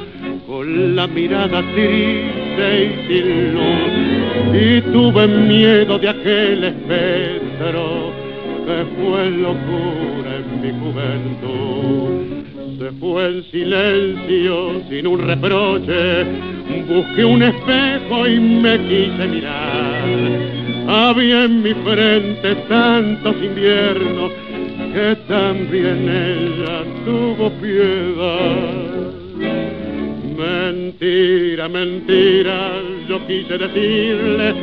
con la mirada triste y sin luz, y tuve miedo de aquel espectro que fue locura en mi juventud. Se fue en silencio, sin un reproche, busqué un espejo y me quise mirar. Había en mi frente tantos inviernos que también ella tuvo piedad. Mentira, mentira, yo quise decirle,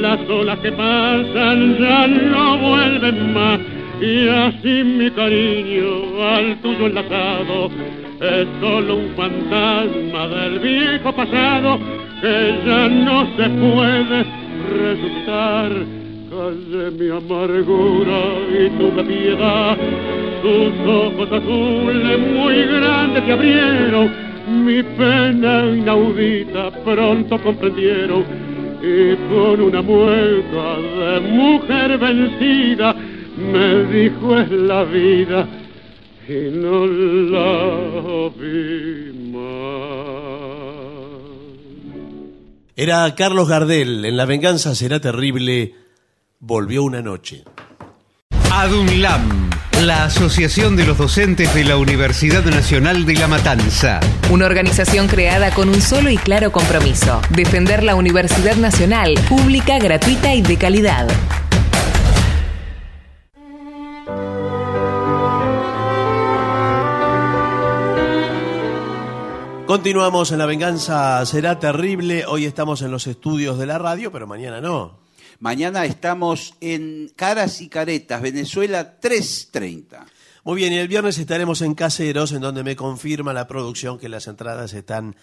las olas que pasan ya no vuelven más. Y así mi cariño al tuyo enlazado es solo un fantasma del viejo pasado que ya no se puede resucitar. Callé mi amargura y tuve piedad, tus ojos azules muy grandes te abrieron mi pena inaudita pronto comprendieron y con una mueca de mujer vencida me dijo es la vida y no la vi más. Era Carlos Gardel. En La venganza será terrible. Volvió una noche. ADUNLAM, la Asociación de los Docentes de la Universidad Nacional de La Matanza. Una organización creada con un solo y claro compromiso, defender la Universidad Nacional, pública, gratuita y de calidad. Continuamos en La venganza será terrible. Hoy estamos en los estudios de la radio, pero mañana no. Mañana estamos en Caras y Caretas, Venezuela 330. Muy bien, y el viernes estaremos en Caseros, en donde me confirma la producción que las entradas están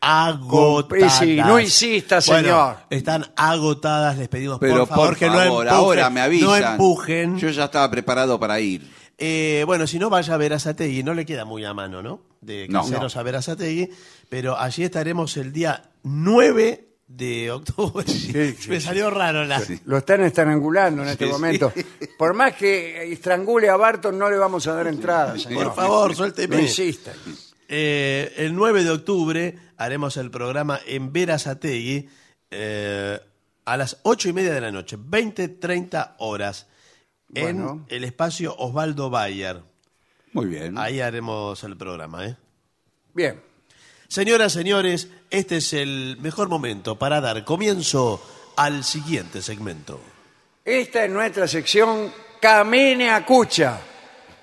agotadas. Compresi, no insista, Bueno, señor. están agotadas, les pedimos Pero por favor que no empujen. ahora me avisan. No empujen. Yo ya estaba preparado para ir. Eh, bueno, si no, vaya a ver Azategui, no le queda muy a mano, ¿no? De No. Caseros a ver Azategui, pero allí estaremos el día 9 de octubre. me salió raro la... Lo están estrangulando en este Sí, sí. momento. Por más que estrangule a Barton, no le vamos a dar entrada, señor. Por favor, suélteme. No insista. Eh, el 9 de octubre haremos el programa en Verazategui eh, a las 8 y media de la noche, 20-30 horas, en Bueno. el espacio Osvaldo Bayer. Muy bien. Ahí haremos el programa, ¿eh? Bien. Señoras, señores, este es el mejor momento para dar comienzo al siguiente segmento. Esta es nuestra sección Camine a Cucha.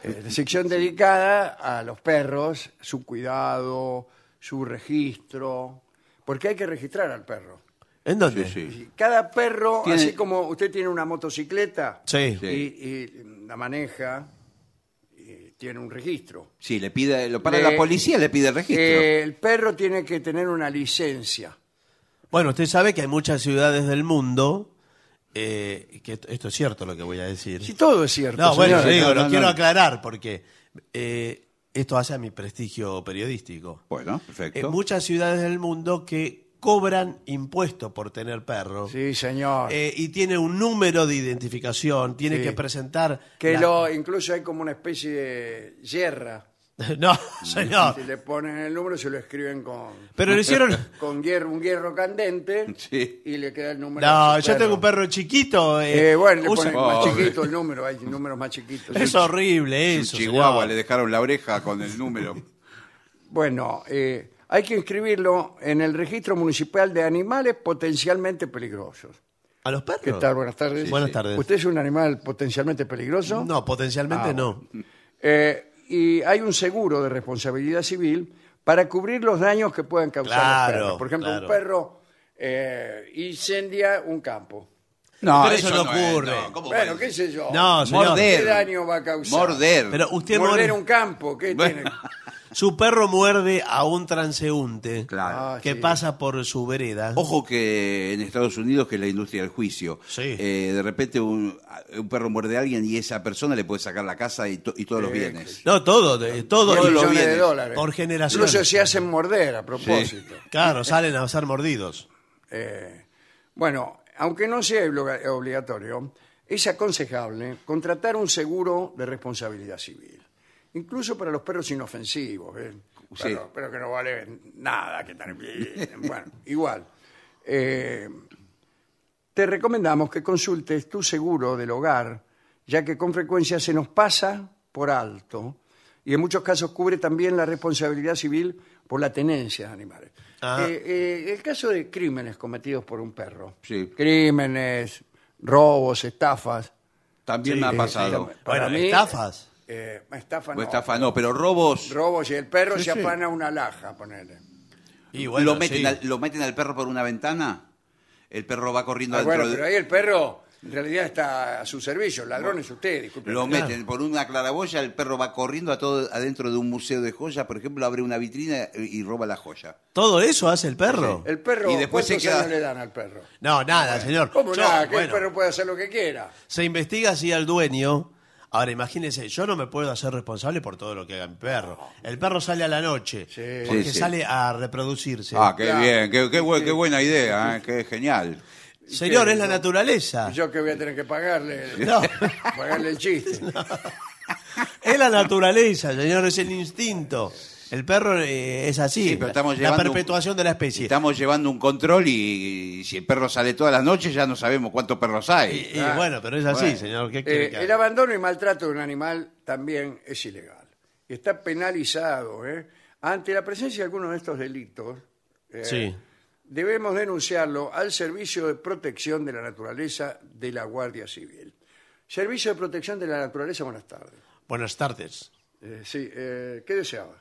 Eh, la sección dedicada a los perros, su cuidado, su registro. Porque hay que registrar al perro. ¿En dónde? Sí, sí. Cada perro, Tiene- así como usted tiene una motocicleta Sí. y, y la maneja, eh, tiene un registro. Sí, le pide, lo para Le- la policía, le pide el registro. Eh, el perro tiene que tener una licencia. Bueno, usted sabe que hay muchas ciudades del mundo, eh, que esto, esto es cierto lo que voy a decir. Si todo es cierto. No, bueno, señores. digo, No, lo no, no. quiero aclarar porque eh, esto hace a mi prestigio periodístico. Eh, Bueno, perfecto. En muchas ciudades del mundo que cobran impuesto por tener perro. Sí, señor. Eh, y tiene un número de identificación, tiene Sí. que presentar... que la- lo, incluso hay como una especie de hierra. No, señor. Si le ponen el número, se lo escriben con. Pero lo hicieron- Con hierro, un hierro candente. Sí. Y le queda el número. No, a yo su perro. tengo un perro chiquito. eh, Eh, bueno, le usa- ponen más chiquito el número, hay números más chiquitos. Es horrible eso. Chihuahua señor. le dejaron la oreja con el número. Bueno, eh, hay que inscribirlo en el registro municipal de animales potencialmente peligrosos. ¿A los perros? ¿Qué tal? Buenas tardes. Sí, Buenas sí. tardes. ¿Usted es un animal potencialmente peligroso? No, potencialmente Ah, no. Eh, y hay un seguro de responsabilidad civil para cubrir los daños que puedan causar Claro, los perros. Por ejemplo, claro. un perro eh, incendia un campo. No, Pero eso no es, ocurre. no, ¿cómo Bueno, puede qué ser? sé yo. No, señor. ¿Qué daño va a causar? Morder. Pero usted Morder morde- un campo, ¿qué Bueno. tiene? Su perro muerde a un transeúnte Claro. Ah, que sí. pasa por su vereda. Ojo que en Estados Unidos, que es la industria del juicio, Sí. eh, de repente un, un perro muerde a alguien y esa persona le puede sacar la casa y, to- y todos los bienes. No, todo, de- todo. Todos y- los Millones de bienes. dólares. Por generación. Incluso se hacen morder a propósito. Claro, salen a ser mordidos. Eh, bueno, aunque no sea oblo- obligatorio, es aconsejable contratar un seguro de responsabilidad civil. incluso para los perros inofensivos, ¿eh? Sí. Pero, pero que no vale nada, que están bien. Bueno, igual. Eh, te recomendamos que consultes tu seguro del hogar, ya que con frecuencia se nos pasa por alto y en muchos casos cubre también la responsabilidad civil por la tenencia de animales. Ah. Eh, eh, el caso de crímenes cometidos por un perro, Sí. crímenes, robos, estafas. También me ha pasado. eh, para mí, estafas. eh, estafa O no. estafa no, pero robos. Robos y el perro Sí, se sí. apana una laja, ponele. lo, meten al, lo meten al perro por una ventana. El perro va corriendo Ah, adentro bueno, de- pero ahí el perro en realidad está a su servicio. El ladrón es usted, disculpe. Ah. Lo meten por una claraboya, el perro va corriendo a todo adentro de un museo de joyas, por ejemplo, abre una vitrina y y roba la joya. ¿Todo eso hace el perro? El perro, Y después se ¿cuántos queda- años le dan al perro? No, nada, señor. ¿Cómo Yo, nada? Que el bueno, perro puede hacer lo que quiera. Se investiga así al dueño. Ahora, imagínense, yo no me puedo hacer responsable por todo lo que haga mi perro. El perro sale a la noche, porque Sí, sí. sale a reproducirse. Ah, qué bien, qué, qué buen- qué buena idea, ¿eh? qué genial. Señor, es la naturaleza. Yo que voy a tener que pagarle, No. pagarle el chiste. Es la naturaleza, señor, es el instinto. El perro eh, es así, Sí, pero estamos la llevando un- perpetuación de la especie. Estamos llevando un control y, y si el perro sale todas las noches ya no sabemos cuántos perros hay. Y bueno, pero es así, Bueno. señor. ¿qué quiere Ah. Eh, que haga? el abandono y maltrato de un animal también es ilegal. Y Está penalizado. ¿eh? Ante la presencia de alguno de estos delitos, eh, Sí. debemos denunciarlo al Servicio de Protección de la Naturaleza de la Guardia Civil. Servicio de Protección de la Naturaleza, buenas tardes. Buenas tardes. Eh, sí, eh, ¿qué deseaba?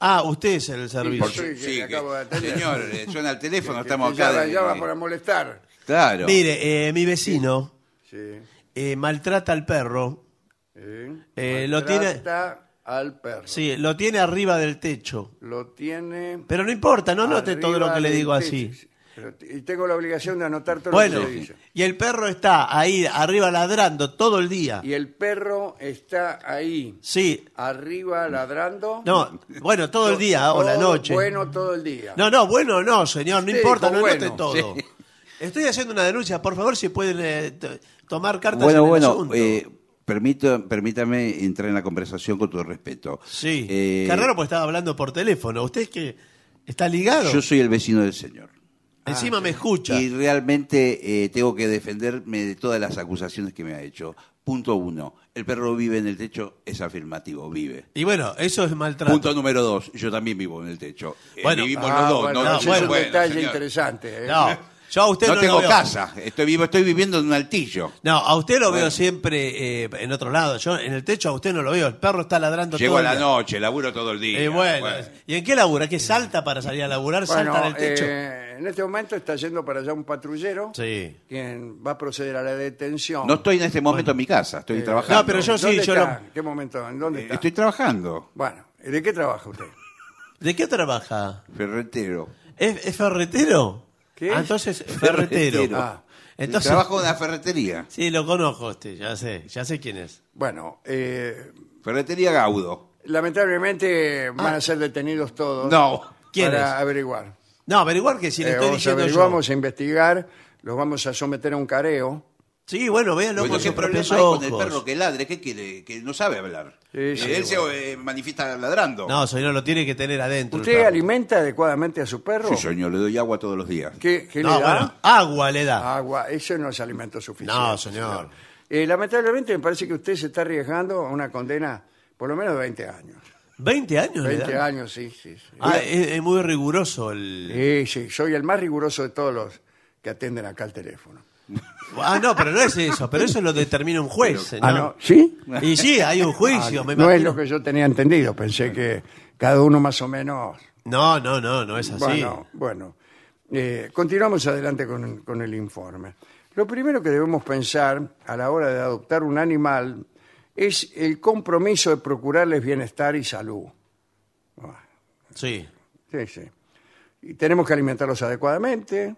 Ah, usted es el Por servicio. su- Sí, que sí, acabo de que- atender. señor, eh, suena el teléfono, Que- estamos que ya acá. va- de- ya va para molestar. Claro. Mire, eh, mi vecino Sí. eh, maltrata al perro. sí. Eh, lo tiene- Maltrata al perro. Sí, lo tiene arriba del techo. Lo tiene. Pero no importa, no note arriba todo lo que le del digo techo. así. Pero t- y tengo la obligación de anotar todo Bueno, lo que le dice. y el perro está ahí arriba ladrando todo el día. Y el perro está ahí, Sí, arriba, ladrando. no, bueno, todo el día o la Todo noche. Bueno, todo el día. No, no, bueno, no, señor, no Usted importa, no dijo note bueno. todo. Sí. Estoy haciendo una denuncia, por favor, si pueden eh, t- tomar cartas en Bueno, el bueno, asunto. eh, permito- permítame entrar en la conversación con todo respeto. sí, eh, qué raro porque estaba hablando por teléfono. Usted es que está ligado, Yo soy el vecino del señor. Ah, encima me escucha. Y realmente eh, tengo que defenderme de todas las acusaciones que me ha hecho. Punto uno, el perro vive en el techo, es afirmativo, vive. Y bueno, eso es maltrato. Punto número dos, yo también vivo en el techo. Eh, Bueno. vivimos Ah, los dos. bueno, no, no, ese bueno, es un bueno, detalle señor. interesante. ¿eh? No, yo a usted No no, lo tengo veo. casa, estoy vivo, estoy viviendo en un altillo. No, a usted lo veo siempre eh, en otro lado. Yo en el techo a usted no lo veo. El perro está ladrando Llego todo a el la día. noche, laburo todo el día. Eh, bueno, Bueno. ¿y en qué labura? ¿Qué salta para salir a laburar? ¿Salta Bueno, del techo? eh, en este momento está yendo para allá un patrullero, sí. quien va a proceder a la detención. No estoy en este momento en mi casa, estoy trabajando. Eh, No, pero yo sí, ¿Dónde yo está? lo- ¿Qué momento? ¿En dónde Eh, está? Estoy trabajando, Bueno, ¿de qué trabaja usted? ¿De qué trabaja? ferretero. ¿Es, es ferretero? ¿Qué? Ah, entonces, ferretero. Ferretero. Ah. Entonces, Entonces, trabajo en una ferretería, sí, lo conozco a usted, ya sé, ya sé quién es. Bueno, eh, ferretería Gaudo. lamentablemente van a ser detenidos todos. No. ¿Quién Ah. para es? averiguar. No, averiguar que si le Eh, estoy vamos a diciendo yo. averiguamos, a investigar, los vamos a someter a un careo. Sí, bueno, véanlo Bueno, con ¿qué sus problema propios hay ojos. con el perro que ladre? ¿Qué quiere? Que no sabe hablar. Sí, Eh, sí, él bueno. se eh, manifiesta ladrando. No, señor, lo tiene que tener adentro. el ¿Usted perro. alimenta adecuadamente a su perro? Sí, señor, le doy agua todos los días. ¿Qué, qué No, le da? bueno, agua le da. Agua, eso no es alimento suficiente. No, señor. Eh, lamentablemente me parece que usted se está arriesgando a una condena por lo menos de 20 años. ¿20 años le 20 da? años, sí, sí. sí. Ah, es, es muy riguroso el... Sí, sí, soy el más riguroso de todos los que atienden acá al teléfono. Ah, no, pero no es eso, pero eso lo determina un juez, señor. Ah, no, ¿sí? Ah, Y sí, hay un juicio, me No es imagino. lo que yo tenía entendido, pensé que cada uno más o menos... No, no, no, no es así. Bueno, bueno. Eh, continuamos adelante con, con el informe. Lo primero que debemos pensar a la hora de adoptar un animal es el compromiso de procurarles bienestar y salud. Sí. Sí, sí. Y tenemos que alimentarlos adecuadamente.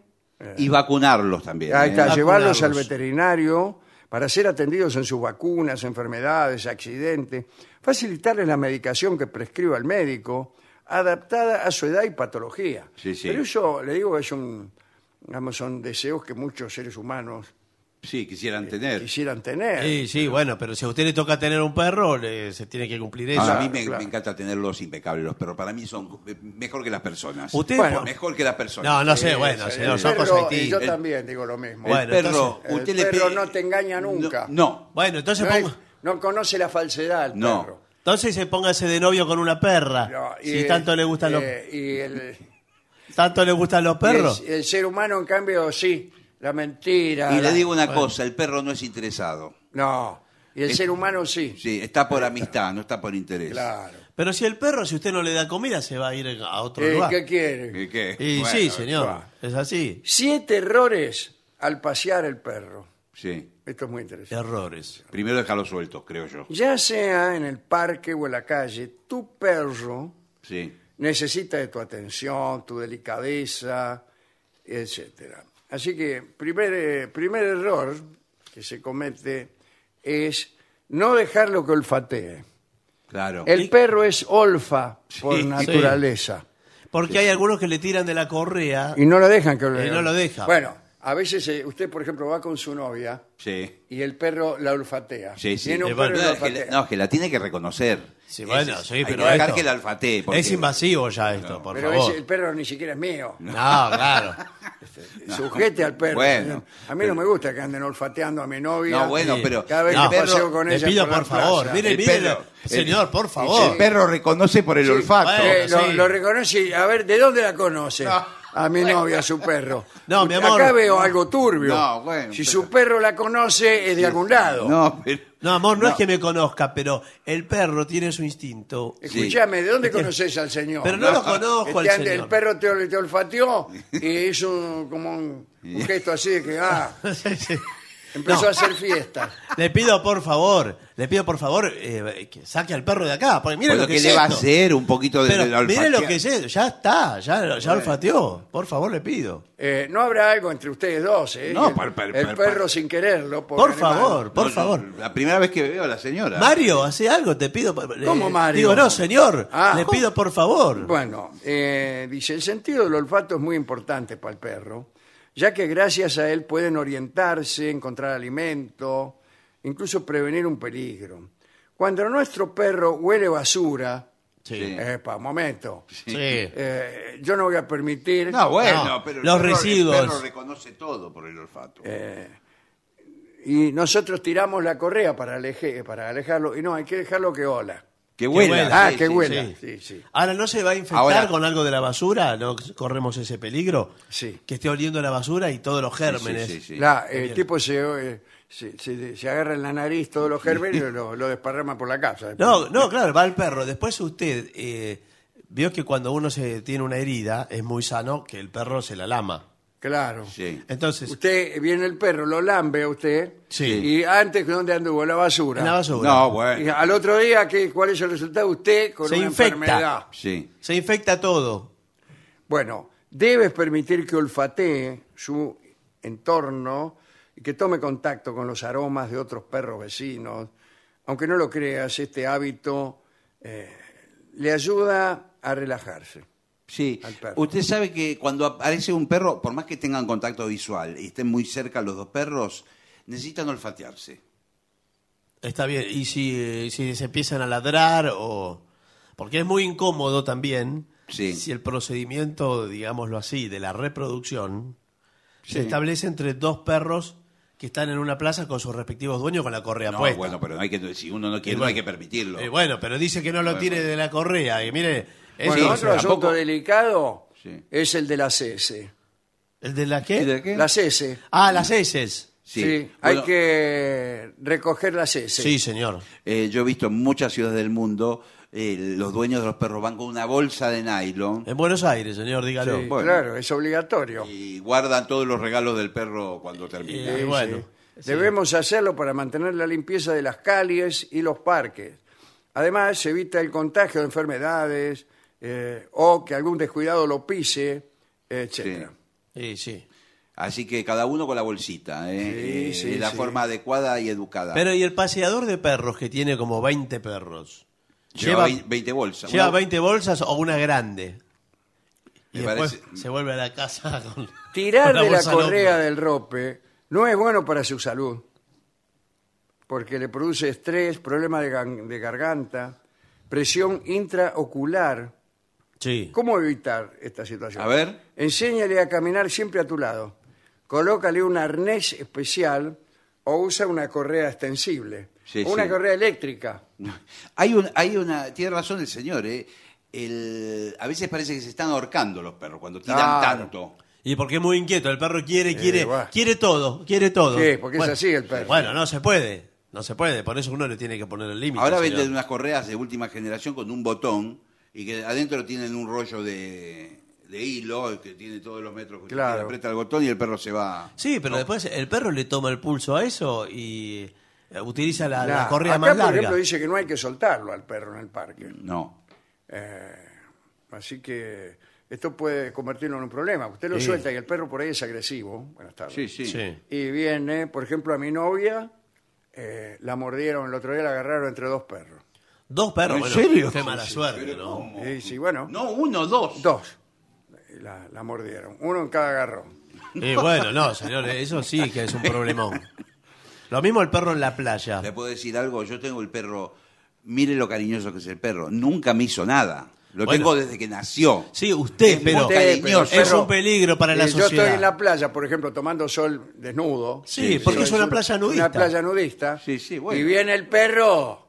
Y vacunarlos también. Eh. Ahí ¿eh? está, llevarlos al Vacunarlos. veterinario para ser atendidos en sus vacunas, enfermedades, accidentes, facilitarles la medicación que prescriba el médico, adaptada a su edad y patología. Sí, sí. Pero eso, le digo, es un, digamos, son deseos que muchos seres humanos Sí, quisieran tener. Quisieran tener. Sí, Eh, sí, bueno, pero si a usted le toca tener un perro, le- se tiene que cumplir eso. Ahora, a mí me, me encanta tenerlos impecables los perros. Para mí son me- mejor que las personas. Usted- bueno, por- mejor que las personas. No, no sé, bueno, sí, señor, el son perro- cosas Y distintas. yo también digo lo mismo. El Bueno, perro, entonces, usted el le perro pide- no te engaña nunca. No. Bueno, entonces No, es- ponga- no conoce la falsedad el No. perro. Entonces se póngase de novio con una perra. No, y si el- tanto le gustan eh, y el- los tanto le gustan los perros. y el- el ser humano, en cambio, sí. La mentira. Y la- le digo una Bueno. cosa, el perro no es interesado. No. Y el Es- ser humano sí. Sí, está por amistad, no está por interés. Claro. Pero si el perro, si usted no le da comida, se va a ir a otro Eh, lugar. ¿Qué quiere? ¿Y qué? Y Bueno, sí, señor, va. es así. Siete errores al pasear el perro. Sí, Esto es muy interesante. errores. Primero dejarlo suelto, creo yo. Ya sea en el parque o en la calle, tu perro Sí. necesita de tu atención, tu delicadeza, etcétera. Así que primer, eh, primer error que se comete es no dejarlo que olfatee. Claro. El perro es olfa por Sí, naturaleza Porque hay algunos que le tiran de la correa. y no lo dejan que olfatea. Y no lo deja. Bueno, a veces eh, usted, por ejemplo, va con su novia Sí. y el perro la olfatea. Sí, sí. Viene un Eh, perro y bueno, la es que la- olfatea. no, es que la tiene que reconocer. Sí, bueno, Ese- sí, hay que pero dejar esto- que la alfatee. porque- Es invasivo ya esto, por Pero favor. ese- el perro ni siquiera es mío. No, claro. Sujete al perro. Bueno, a mí no me gusta que anden olfateando a mi novia. No, bueno, pero- Cada vez No, que paseo perro, con le ella. pido la por favor, plaza. mire, El mire, perro, lo- señor, por favor. El perro reconoce por el Sí, olfato. eh, Bueno, lo, sí. lo reconoce. y- A ver, ¿de dónde la conoce? A mi novia, a su perro. No, mi amor. Acá veo algo turbio. No, bueno, si pero- su perro la conoce, es de algún lado. No, pero. No, amor, no, es que me conozca, pero el perro tiene su instinto. Este Escúchame, ¿de dónde conoces al señor? Pero no lo conozco Este al ande- señor. El perro te, ol- te olfateó y hizo un- como un, un gesto así de que, ah, Sí, sí. empezó No. a hacer fiesta. Le pido por favor, le pido por favor eh, que saque al perro de acá, porque mire Bueno, lo que ¿qué es le va a esto. hacer? Un poquito de, Pero de la mire lo que olfatea. es esto, ya está, ya, ya olfateó. Por favor, le pido. Eh, no habrá algo entre ustedes dos, ¿eh? No, el, par- par- el par- perro par- sin quererlo. pobre Por animal. favor, por No, yo- favor. La primera vez que veo a la señora. Mario, hace algo, te pido. eh, ¿Cómo, Mario? Digo, no, señor, Ah. le pido por favor. Bueno, eh, dice, el sentido del olfato es muy importante para el perro, ya que gracias a él pueden orientarse, encontrar alimento, incluso prevenir un peligro. Cuando nuestro perro huele basura, Sí. epa, un momento, Sí. eh, yo no voy a permitir... No, bueno, No, pero. el los perro- residuos. Eh, El perro reconoce todo por el olfato. Eh, Y nosotros tiramos la correa para, aleje- para alejarlo, y no, hay que dejarlo que ola. que huela. huela. ah, sí, que sí, huela. sí. Sí, sí. Ahora, ¿no se va a infectar Ahora- con algo de la basura? ¿No corremos ese peligro? Sí. Que esté oliendo la basura y todos los gérmenes. sí, sí. La, el tipo se, eh, se, se- se agarra en la nariz todos los gérmenes y lo, lo desparrama por la casa. No, no, claro, va el perro. Después usted eh, vio que cuando uno se tiene una herida es muy sano que el perro se la lama. Claro. Sí. Entonces, Usted viene el perro, lo lambe a usted. Sí. Y antes, ¿dónde anduvo? La basura. en la basura No, Y bueno. al otro día, ¿qué, ¿cuál es el resultado? Usted con Se una infecta. enfermedad. Sí. se infecta todo. Bueno, debes permitir que olfatee su entorno y que tome contacto con los aromas de otros perros vecinos. Aunque no lo creas, este hábito eh, le ayuda a relajarse. Sí, Al perro. usted sabe que cuando aparece un perro, por más que tengan contacto visual y estén muy cerca los dos perros, necesitan olfatearse. Está bien. Y si, eh, si se empiezan a ladrar o... Porque es muy incómodo también Sí. si el procedimiento, digámoslo así, de la reproducción Sí. se establece entre dos perros que están en una plaza con sus respectivos dueños con la correa No, puesta. bueno, pero no hay que, si uno no quiere, Y no hay bueno, que permitirlo. Eh, bueno, pero dice que no lo tire de la correa. Y mire, es- Bueno, Sí, otro asunto tampoco- delicado Sí. es el de las heces. ¿El de la qué? ¿De qué? Las heces. Ah, las heces. Sí, Sí. hay Bueno, que recoger las heces. Sí, señor. eh, yo he visto en muchas ciudades del mundo, eh, los dueños de los perros van con una bolsa de nylon En Buenos Aires, señor, Sí, dígalo. bueno. Claro, es obligatorio. y guardan todos los regalos del perro cuando termina. Eh, Sí, bueno, sí. Debemos hacerlo para mantener la limpieza de las calles y los parques. Además, se evita el contagio de enfermedades eh, o que algún descuidado lo pise, etcétera. Sí, sí. Así que cada uno con la bolsita, ¿eh? Sí, Eh, sí, de la sí. forma adecuada y educada. Pero y el paseador de perros que tiene como 20 perros. lleva, Lleva, vein- 20 bolsas. lleva Una- 20 bolsas o una grande. Y Me después parece- se vuelve a la casa con Tirar con la de la bolsa al hombro. correa del rope No es bueno para su salud, porque le produce estrés, problemas de, gan- de garganta, presión intraocular. Sí. ¿Cómo evitar esta situación? A ver. Enséñale a caminar siempre a tu lado. Colócale un arnés especial o usa una correa extensible. Sí, o una sí. correa eléctrica. Hay, un, hay una. Tiene razón el señor, ¿eh? El- a veces parece que se están ahorcando los perros cuando tiran Claro. tanto. Y porque es muy inquieto, el perro quiere, quiere, bueno. quiere todo, quiere todo. Sí, porque es así el perro. Bueno, no se puede, no se puede, por eso uno le tiene que poner el límite. Ahora señor. venden unas correas de última generación con un botón y que adentro tienen un rollo de, de hilo que tiene todos los metros. que usted Claro. quiere. Aprieta el botón y el perro se va. Sí, pero después el perro le toma el pulso a eso y eh, utiliza la, la Nah, correa acá, más por larga. ejemplo, dice que no hay que soltarlo al perro en el parque. No. Eh, así que esto puede convertirlo en un problema. Usted lo Sí. suelta y el perro por ahí es agresivo. Buenas tardes. Sí, sí. Sí. Y viene, por ejemplo, a mi novia, eh, la mordieron el otro día, la agarraron entre dos perros. Dos perros, ¿En bueno, serio? qué mala Sí, sí. suerte, ¿no? Sí, sí, bueno. No, uno, dos. Dos. La, la mordieron. Uno en cada garrón. Y bueno, no, señores, eso sí que es un problemón. Lo mismo el perro en la playa. ¿Le puedo decir algo? Yo tengo el perro. Mire lo cariñoso que es el perro. Nunca me hizo nada. Lo Bueno. tengo desde que nació. Sí, usted, Es pero muy cariñoso. es un peligro para la Eh, sociedad. Yo estoy en la playa, por ejemplo, tomando sol desnudo. Sí, Sí, porque sí. es una playa nudista. Una playa nudista. bueno. Y viene el perro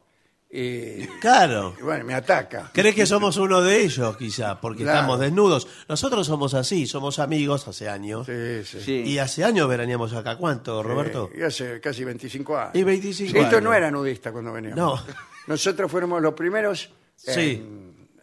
y, Claro. y bueno, me ataca. ¿Crees que somos uno de ellos, quizá? Porque Claro. estamos desnudos. Nosotros somos así, somos amigos hace años. Sí. Y hace años veraneamos acá. ¿Cuánto, Roberto? Eh, y hace casi 25 años. Y 25 Esto años. no era nudista cuando veníamos. No. Nosotros fuimos los primeros en, Sí.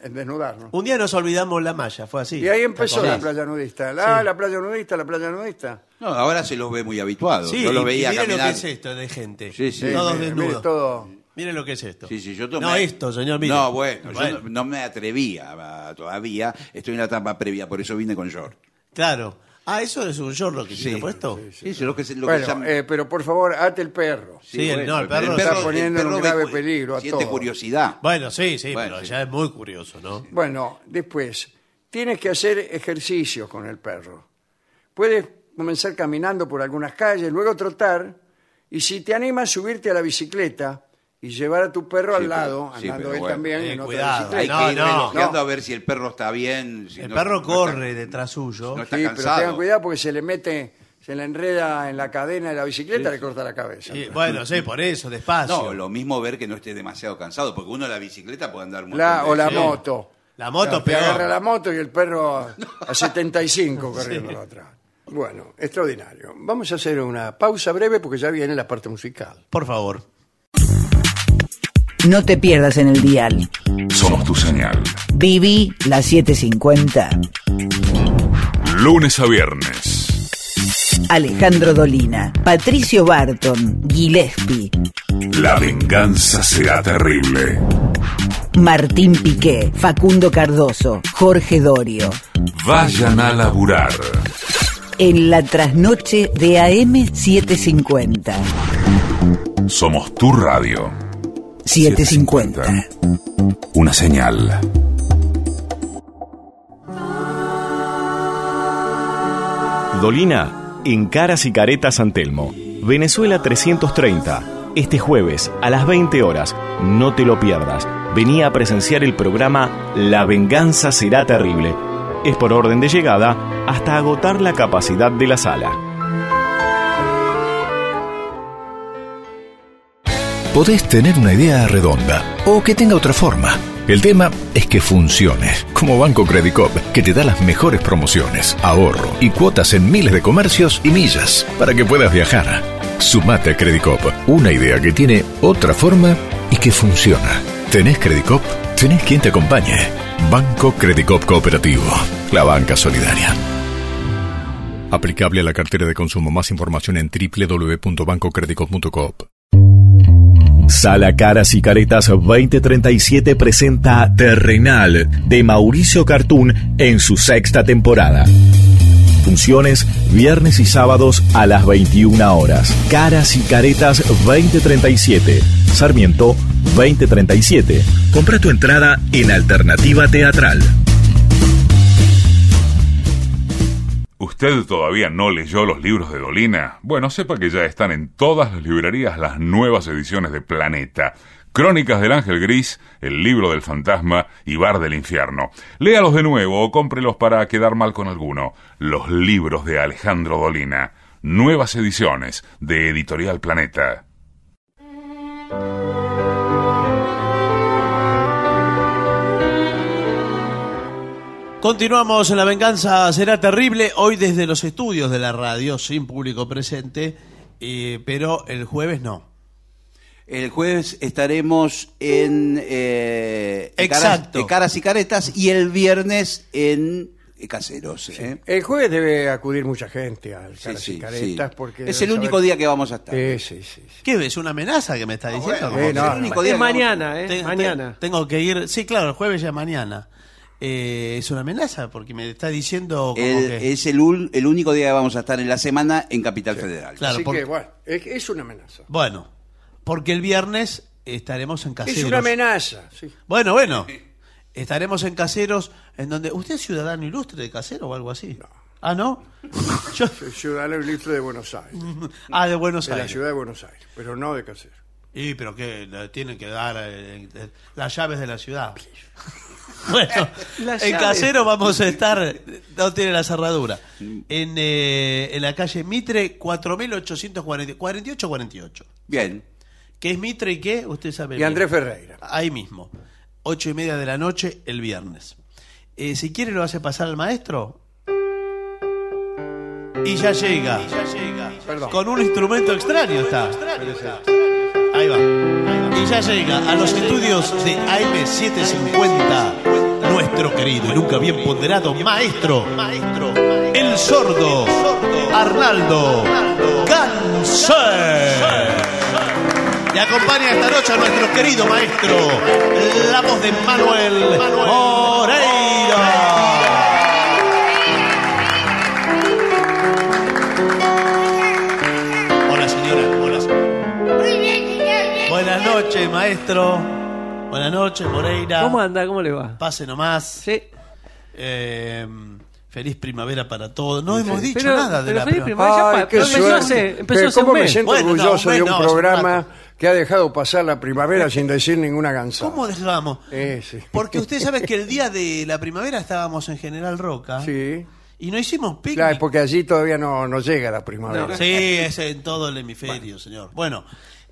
en desnudarnos. Un día nos olvidamos la malla, fue así. Y ahí empezó ¿Te la acordás? playa nudista. La, Sí. la playa nudista, la playa nudista. No, ahora se los ve muy habituados. Sí, Yo y- los y veía mire caminar. lo que es esto de gente. Sí, sí. Todos Mire, desnudos. mire todo. Mire lo que es esto. Sí, sí, yo tomé- No, esto, señor, mire. No, bueno, Bueno. yo no, no me atrevía a- todavía. Estoy en la etapa previa, por eso vine con short. Claro. Ah, eso es un short lo que tiene puesto. Sí, sí, lo que, se- lo que bueno, llaman- eh, pero por favor, ate el perro. Sí, Sí, el- bueno, no, el perro- el está perro- poniendo el en un perro ve- grave peligro a siente todos. curiosidad. Bueno, sí, sí, pero ya es muy curioso, ¿no? Bueno, después, tienes que hacer ejercicios con el perro. Puedes comenzar caminando por algunas calles, luego trotar, y si te animas, subirte a la bicicleta y llevar a tu perro Sí, al pero- lado, sí, andando pero él bueno. también Eh, en otra cuidado. Hay bicicleta. que ir relojeando a ver si el perro está bien. si El no- perro no está- corre detrás suyo. no está Sí, pero cansado. tengan cuidado porque se le mete, se le enreda en la cadena de la bicicleta y le corta la cabeza. Y, Eh, bueno, sí, por eso, despacio. No, lo mismo ver que no esté demasiado cansado, porque uno en la bicicleta puede andar muy La- o la moto. La Claro, te agarra la moto y el perro a, a 75 corriendo Sí. atrás. Bueno, extraordinario. Vamos a hacer una pausa breve porque ya viene la parte musical. Por favor. No te pierdas en el dial. Somos tu señal. Viví la 750. Lunes a viernes. Alejandro Dolina, Patricio Barton, Gillespie, La venganza será terrible. Martín Piqué, Facundo Cardoso, Jorge Dorio. Vayan a laburar. En la trasnoche de AM 750. Somos tu radio. 750. Una señal. Dolina, en Caras y Caretas San Telmo, Venezuela 330. Este jueves a las 20 horas, no te lo pierdas. Venía a presenciar el programa La venganza será terrible. Es por orden de llegada hasta agotar la capacidad de la sala. Podés tener una idea redonda o que tenga otra forma. El tema es que funcione, como Banco Credicop, que te da las mejores promociones, ahorro y cuotas en miles de comercios y millas para que puedas viajar. Sumate a Credicop, una idea que tiene otra forma y que funciona. ¿Tenés Credicop? ¿Tenés quien te acompañe? Banco Credicop Cooperativo, la banca solidaria. Aplicable a la cartera de consumo. Más información en www.bancocredicop.coop. Sala Caras y Caretas 2037 presenta Terrenal de Mauricio Cartún en su sexta temporada. Funciones viernes y sábados a las 21 horas. Caras y Caretas 2037. Sarmiento 2037. Compra tu entrada en Alternativa Teatral. usted todavía no leyó los libros de Dolina, bueno, sepa que ya están en todas las librerías las nuevas ediciones de Planeta. Crónicas del Ángel Gris, El Libro del Fantasma y Bar del Infierno. Léalos de nuevo o cómprelos para quedar mal con alguno. Los libros de Alejandro Dolina. Nuevas ediciones de Editorial Planeta. Continuamos en La Venganza Será Terrible, hoy desde los estudios de la radio, sin público presente, eh, pero el jueves no. El jueves estaremos en, eh, Exacto. Caras, eh, Caras y Caretas y el viernes en eh, Caseros. ¿eh? El jueves debe acudir mucha gente al Caras sí, y Caretas sí. porque... Es el único día que vamos a estar. sí, sí. ¿Qué ves? ¿Una amenaza que me está diciendo? bueno, eh, no, el no. único día Es que vamos- mañana, ¿eh? Ten- ten- Mañana. Tengo que ir, sí, claro, el jueves ya es mañana. Eh, es una amenaza porque me está diciendo como El- que... es el, ul- el único día que vamos a estar en la semana en Capital Federal. Claro, Así porque- que, bueno, es, es una amenaza. Bueno, porque el viernes estaremos en Caseros. Es una amenaza, sí. Bueno, bueno. Estaremos en Caseros, en donde... ¿Usted es ciudadano ilustre de Casero o algo así? Ah, ¿no? Yo- Soy ciudadano ilustre de Buenos Aires. ah, de Buenos de la Aires. ciudad de Buenos Aires, pero no de Caseros. Y pero que le tienen que dar eh, eh, las llaves de la ciudad. bueno, Las en llaves. Casero vamos a estar, no tiene la cerradura, en, eh, en la calle Mitre 4848, Bien. que es Mitre y qué, usted sabe. Y bien. Andrés Ferreira. Ahí mismo, ocho y media de la noche el viernes. Eh, si quiere lo hace pasar al maestro. Y ya llega. Perdón. Con un instrumento extraño está. Ahí va. Y ya llega a los estudios de AM750 nuestro querido y nunca bien ponderado maestro, el sordo Arnaldo Ganser. Y acompaña esta noche a nuestro querido maestro, la voz de Manuel Moreira. Hola señora, hola señora. Buenas noches maestro. Buenas noches Moreira. ¿Cómo anda? ¿Cómo le va? Pase nomás. Sí. feliz primavera para todos. No hemos dicho Pero- nada de pero la feliz primavera ya pa- pero empezó hace- empezó Pero hace un ¿Cómo me mes? siento Bueno, no, un orgulloso mes de un no, hace un programa que ha dejado pasar la primavera sin decir ninguna canción? ¿Cómo dejamos? Eh. Porque usted sabe que el día de la primavera estábamos en General Roca. Sí. Y no hicimos picnic. Claro, porque allí todavía no, no llega la primavera. No, sí, es en todo el hemisferio, señor. Bueno,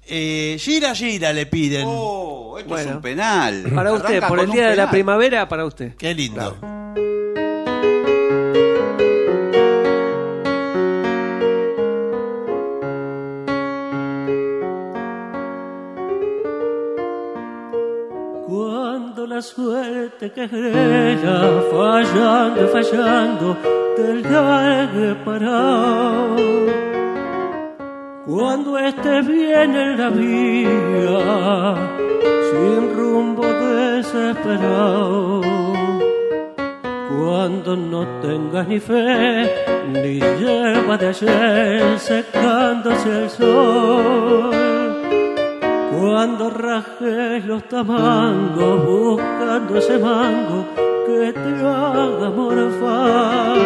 eh, gira, gira le piden. Oh, esto Bueno. penal. Para usted, Arranca por con el un día de la penal. primavera, para usted. Qué lindo. Cuando la suerte que grella, fallando y fallando, te largue parado. Cuando estés bien en la vía, sin rumbo desesperado. Cuando no tengas ni fe, ni hierba de ayer secándose el sol. Cuando rajes los tamangos buscando ese mango que te haga morfar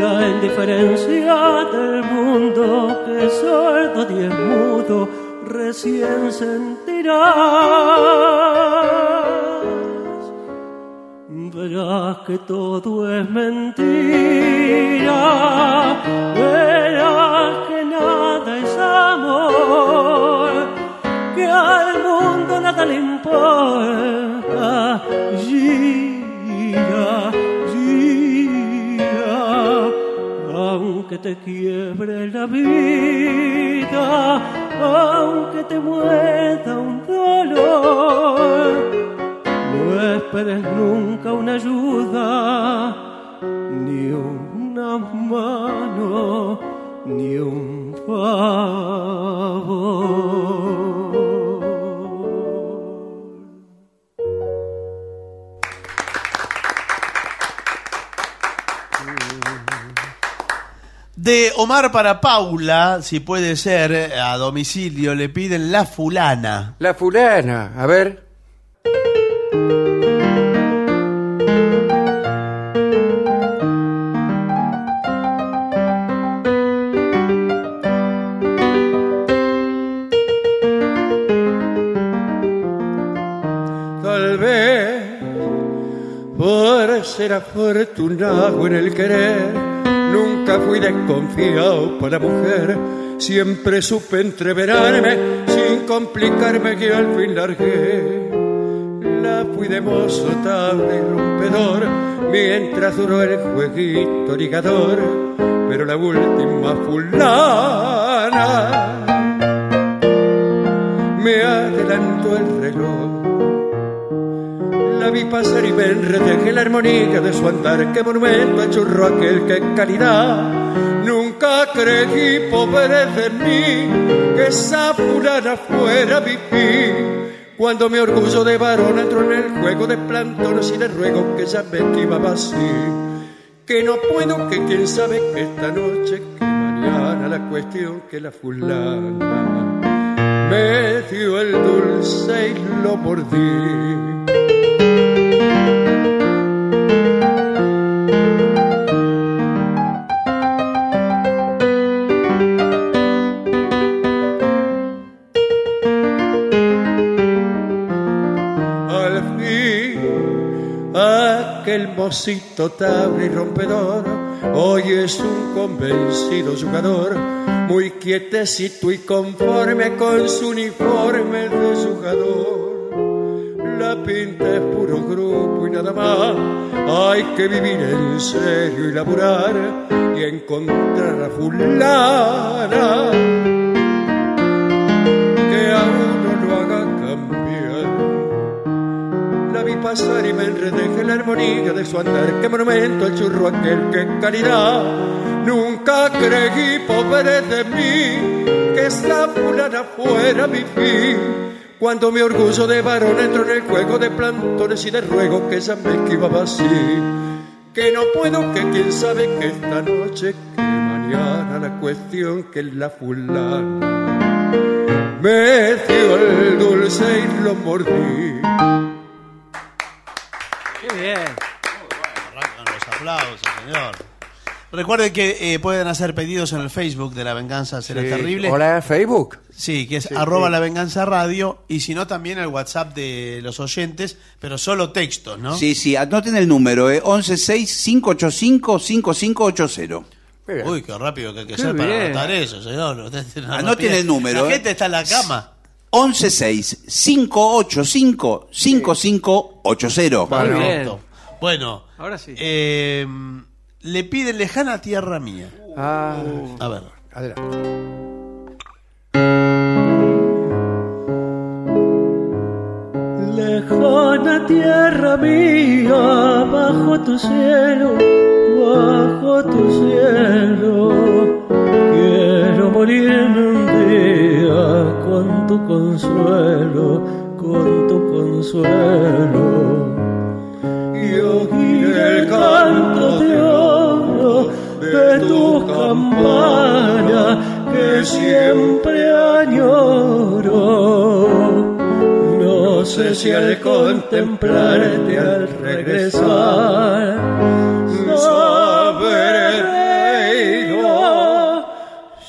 La indiferencia del mundo que sordo y es mudo recién sentirás Verás que todo es mentira, verás que nada es amor, que al mundo nada le importa. Gira, gira, aunque te quiebre la vida, aunque te muerda un dolor. No esperes nunca una ayuda, ni una mano, ni un favor. De Omar para Paula, si puede ser, eh, a domicilio, le piden la fulana. La fulana, a ver. ser afortunado en el querer. Nunca fui desconfiado para mujer. Siempre supe entreverarme sin complicarme que al fin largué. La fui de mozo tarde y rompedor mientras duró el jueguito ligador. Pero la última fulana me adelantó el reloj. La vi pasar y me enredé que la armónica de su andar, qué monumento achurró aquel, qué calidad. Nunca creí, pobre de mí, que esa fulana fuera mi fin. Cuando mi orgullo de varón entró en el juego de plantones y de ruego que ya me esquivaba así. Que no puedo, que quién sabe que esta noche, que mañana, la cuestión que la fulana me dio el dulce y lo mordí. Al fin, aquel mocito tabla y rompedor, hoy es un convencido jugador, muy quietecito y conforme con su uniforme de jugador. La pinta es puro grupo y nada más, hay que vivir en serio y laburar y encontrar a fulana que a uno lo haga cambiar. La vi pasar y me enredé en la armonía de su andar. Qué monumento el churro aquel, qué calidad. Nunca creí, pobre de mí, que esa fulana fuera mi fin. Cuando mi orgullo de varón entró en el juego de plantones y de ruego que ella me esquivaba así. Que no puedo, que quién sabe que esta noche, que mañana la cuestión que la fulana me dio el dulce y lo mordí. Qué bien. Arrancan los aplausos, señor. Recuerden que eh, pueden hacer pedidos en el Facebook de La Venganza Será Sí. Terrible. Hola, Facebook. Sí, que es Sí, arroba sí. La Venganza Radio. Y si no, también el WhatsApp de los oyentes, pero solo textos, ¿no? Sí, sí, anoten el número, eh, 116-585-5580. Uy, qué rápido que hay que Qué ser para bien. anotar eso, señor. Usted no Anoten piensa. el Ah, número, La eh. gente está en la cama. 116-585-5580. Muy bien. Bueno, ahora sí. le piden lejana tierra mía. A ver. Lejana tierra mía, bajo tu cielo, bajo tu cielo, quiero morirme un día con tu consuelo, con tu consuelo. Y oír el canto de oro de tu campana que siempre añoro. No sé si al contemplarte al regresar sabré yo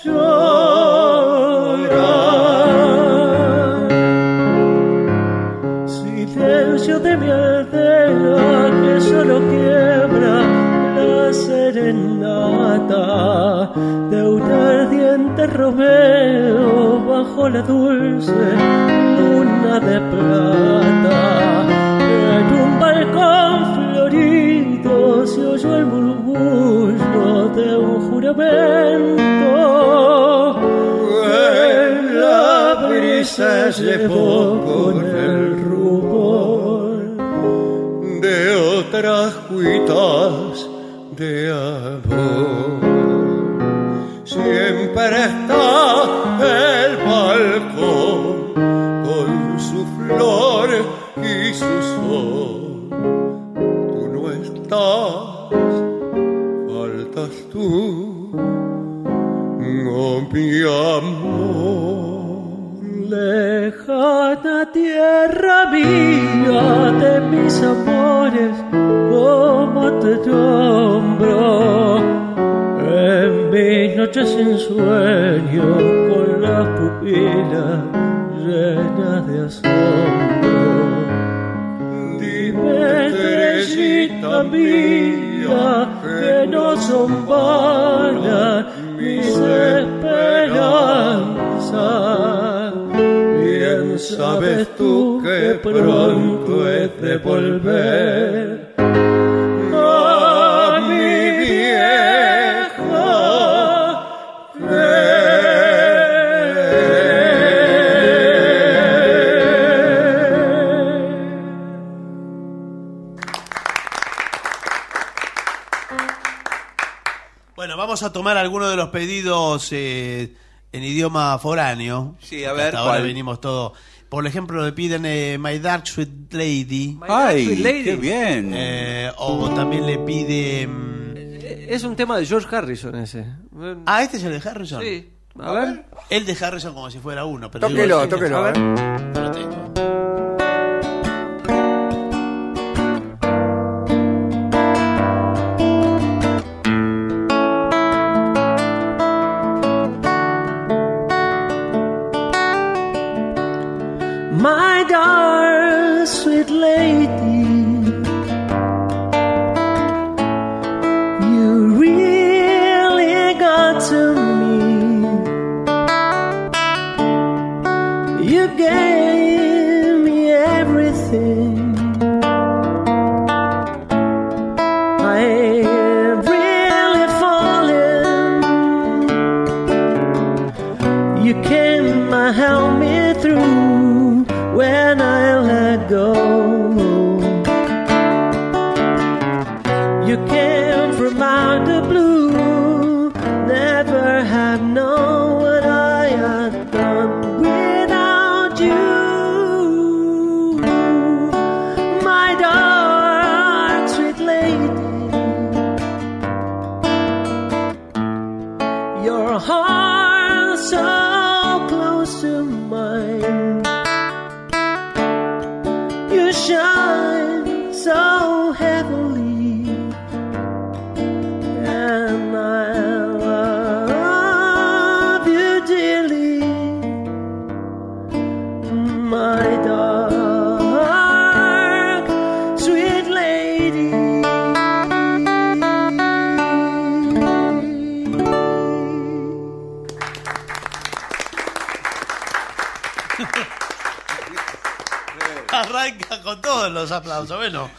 llorar. Silencio de mi aldea que solo quiebra la serenata de un ardiente romeo bajo la dulce luna de plata. En un balcón florido se oyó el murmullo de un juramento. que la brisa llevó con el rubor de otras cuitas de amor. Siempre está el balcón con su flor y su sol. Tú no estás, faltas tú, oh mi amor. Lejana tierra mía de mis amores, como te nombro. En mis noches sin sueño, con las pupilas llenas de asombro. Dime, estrellita vida mía, que no son vanas mis esperanzas. Bien sabes tú que pronto es de volver a mi vieja Bueno, vamos a tomar algunos de los pedidos eh, en idioma foráneo. Sí, a Porque ver, Hasta ahora ¿cuál? venimos todo. Por ejemplo, le piden eh, My Dark Sweet Lady. Dark Ay, Sweet Lady. qué bien. Eh, o también le pide. mm, Es un tema de George Harrison ese. Ah, este es el de Harrison. Sí. A ver. El de Harrison como si fuera uno. Pero Tóquelo, digo, tóquelo, a ver. No lo tengo. My dark sweet lady, you really got to me. You gave me everything. I am really falling. You came and helped me through when I let go. You came from out the blue, never have known what I had done without you. My dark, sweet lady, your heart so close to mine. You shine so heavily, and I love you dearly, my dark, sweet lady. Arranca con todos los aplausos. Bueno,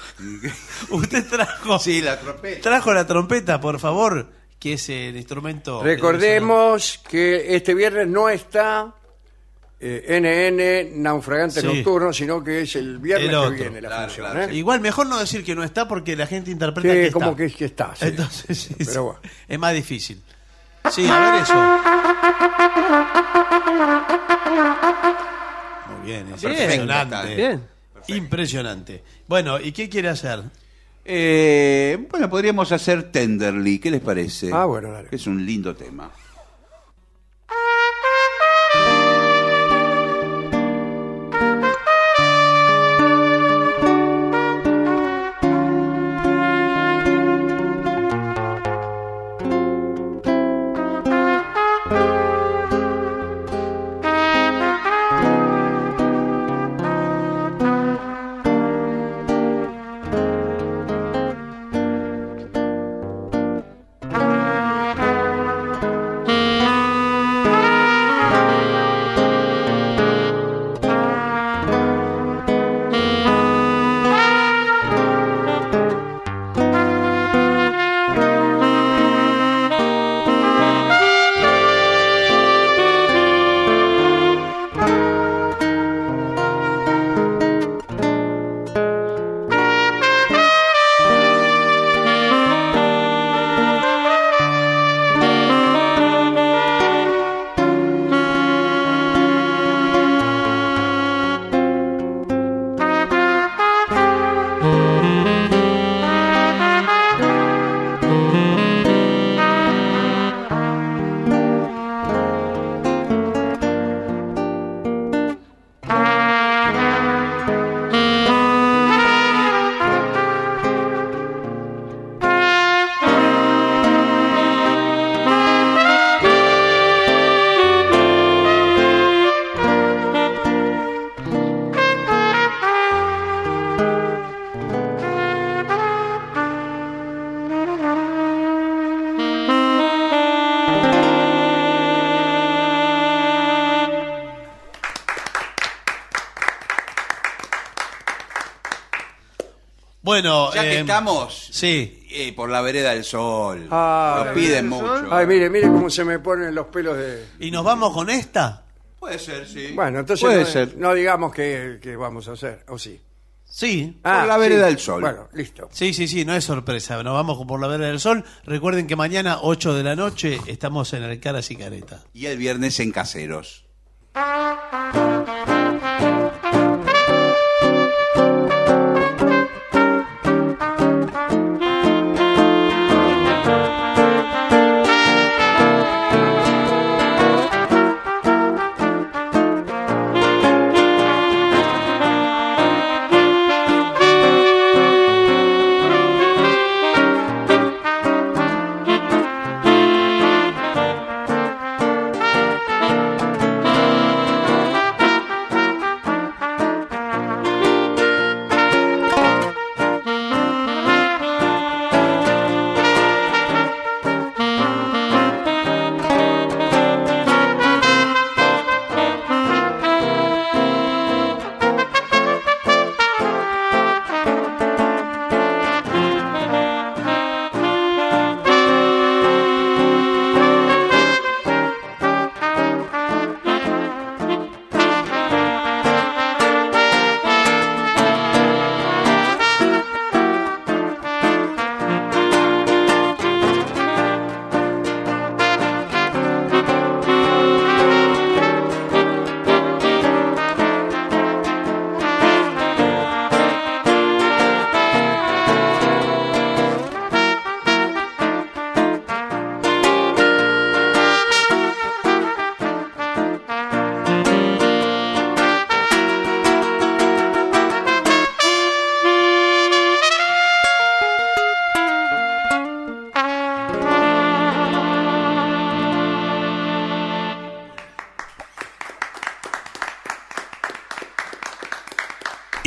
usted trajo. Sí, la trompeta. Trajo la trompeta, por favor, que es el instrumento. que Recordemos que este viernes no está eh, NN Naufragante Sí. Nocturno, sino que es el viernes El otro. que viene la función. usa- ¿eh? Igual, mejor no decir que no está porque la gente interpreta Sí, que está. como que, que está. sí. Entonces, sí, sí. Pero bueno. es más difícil. Sí, a ver eso. Muy bien, es Bien. impresionante. Bien. Impresionante. Bueno, ¿y qué quiere hacer? Eh, bueno, podríamos hacer Tenderly, ¿qué les parece? Ah, bueno, dale. Es un lindo tema. Thank you. Bueno, ya que eh, estamos sí. eh, por la vereda del sol, Ah, nos piden ¿vereda mucho. Ay, mire, mire cómo se me ponen los pelos de... ¿Y nos vamos con esta? Puede ser, sí. Bueno, entonces Puede no, ser. no digamos que, que vamos a hacer, ¿o sí? Sí. Ah, la vereda del sol. Bueno, listo. Sí, sí, sí, no es sorpresa. Nos vamos por la vereda del sol. Recuerden que mañana, 8 de la noche, estamos en el Caras y Careta. Y el viernes en Caseros.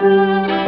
Thank you.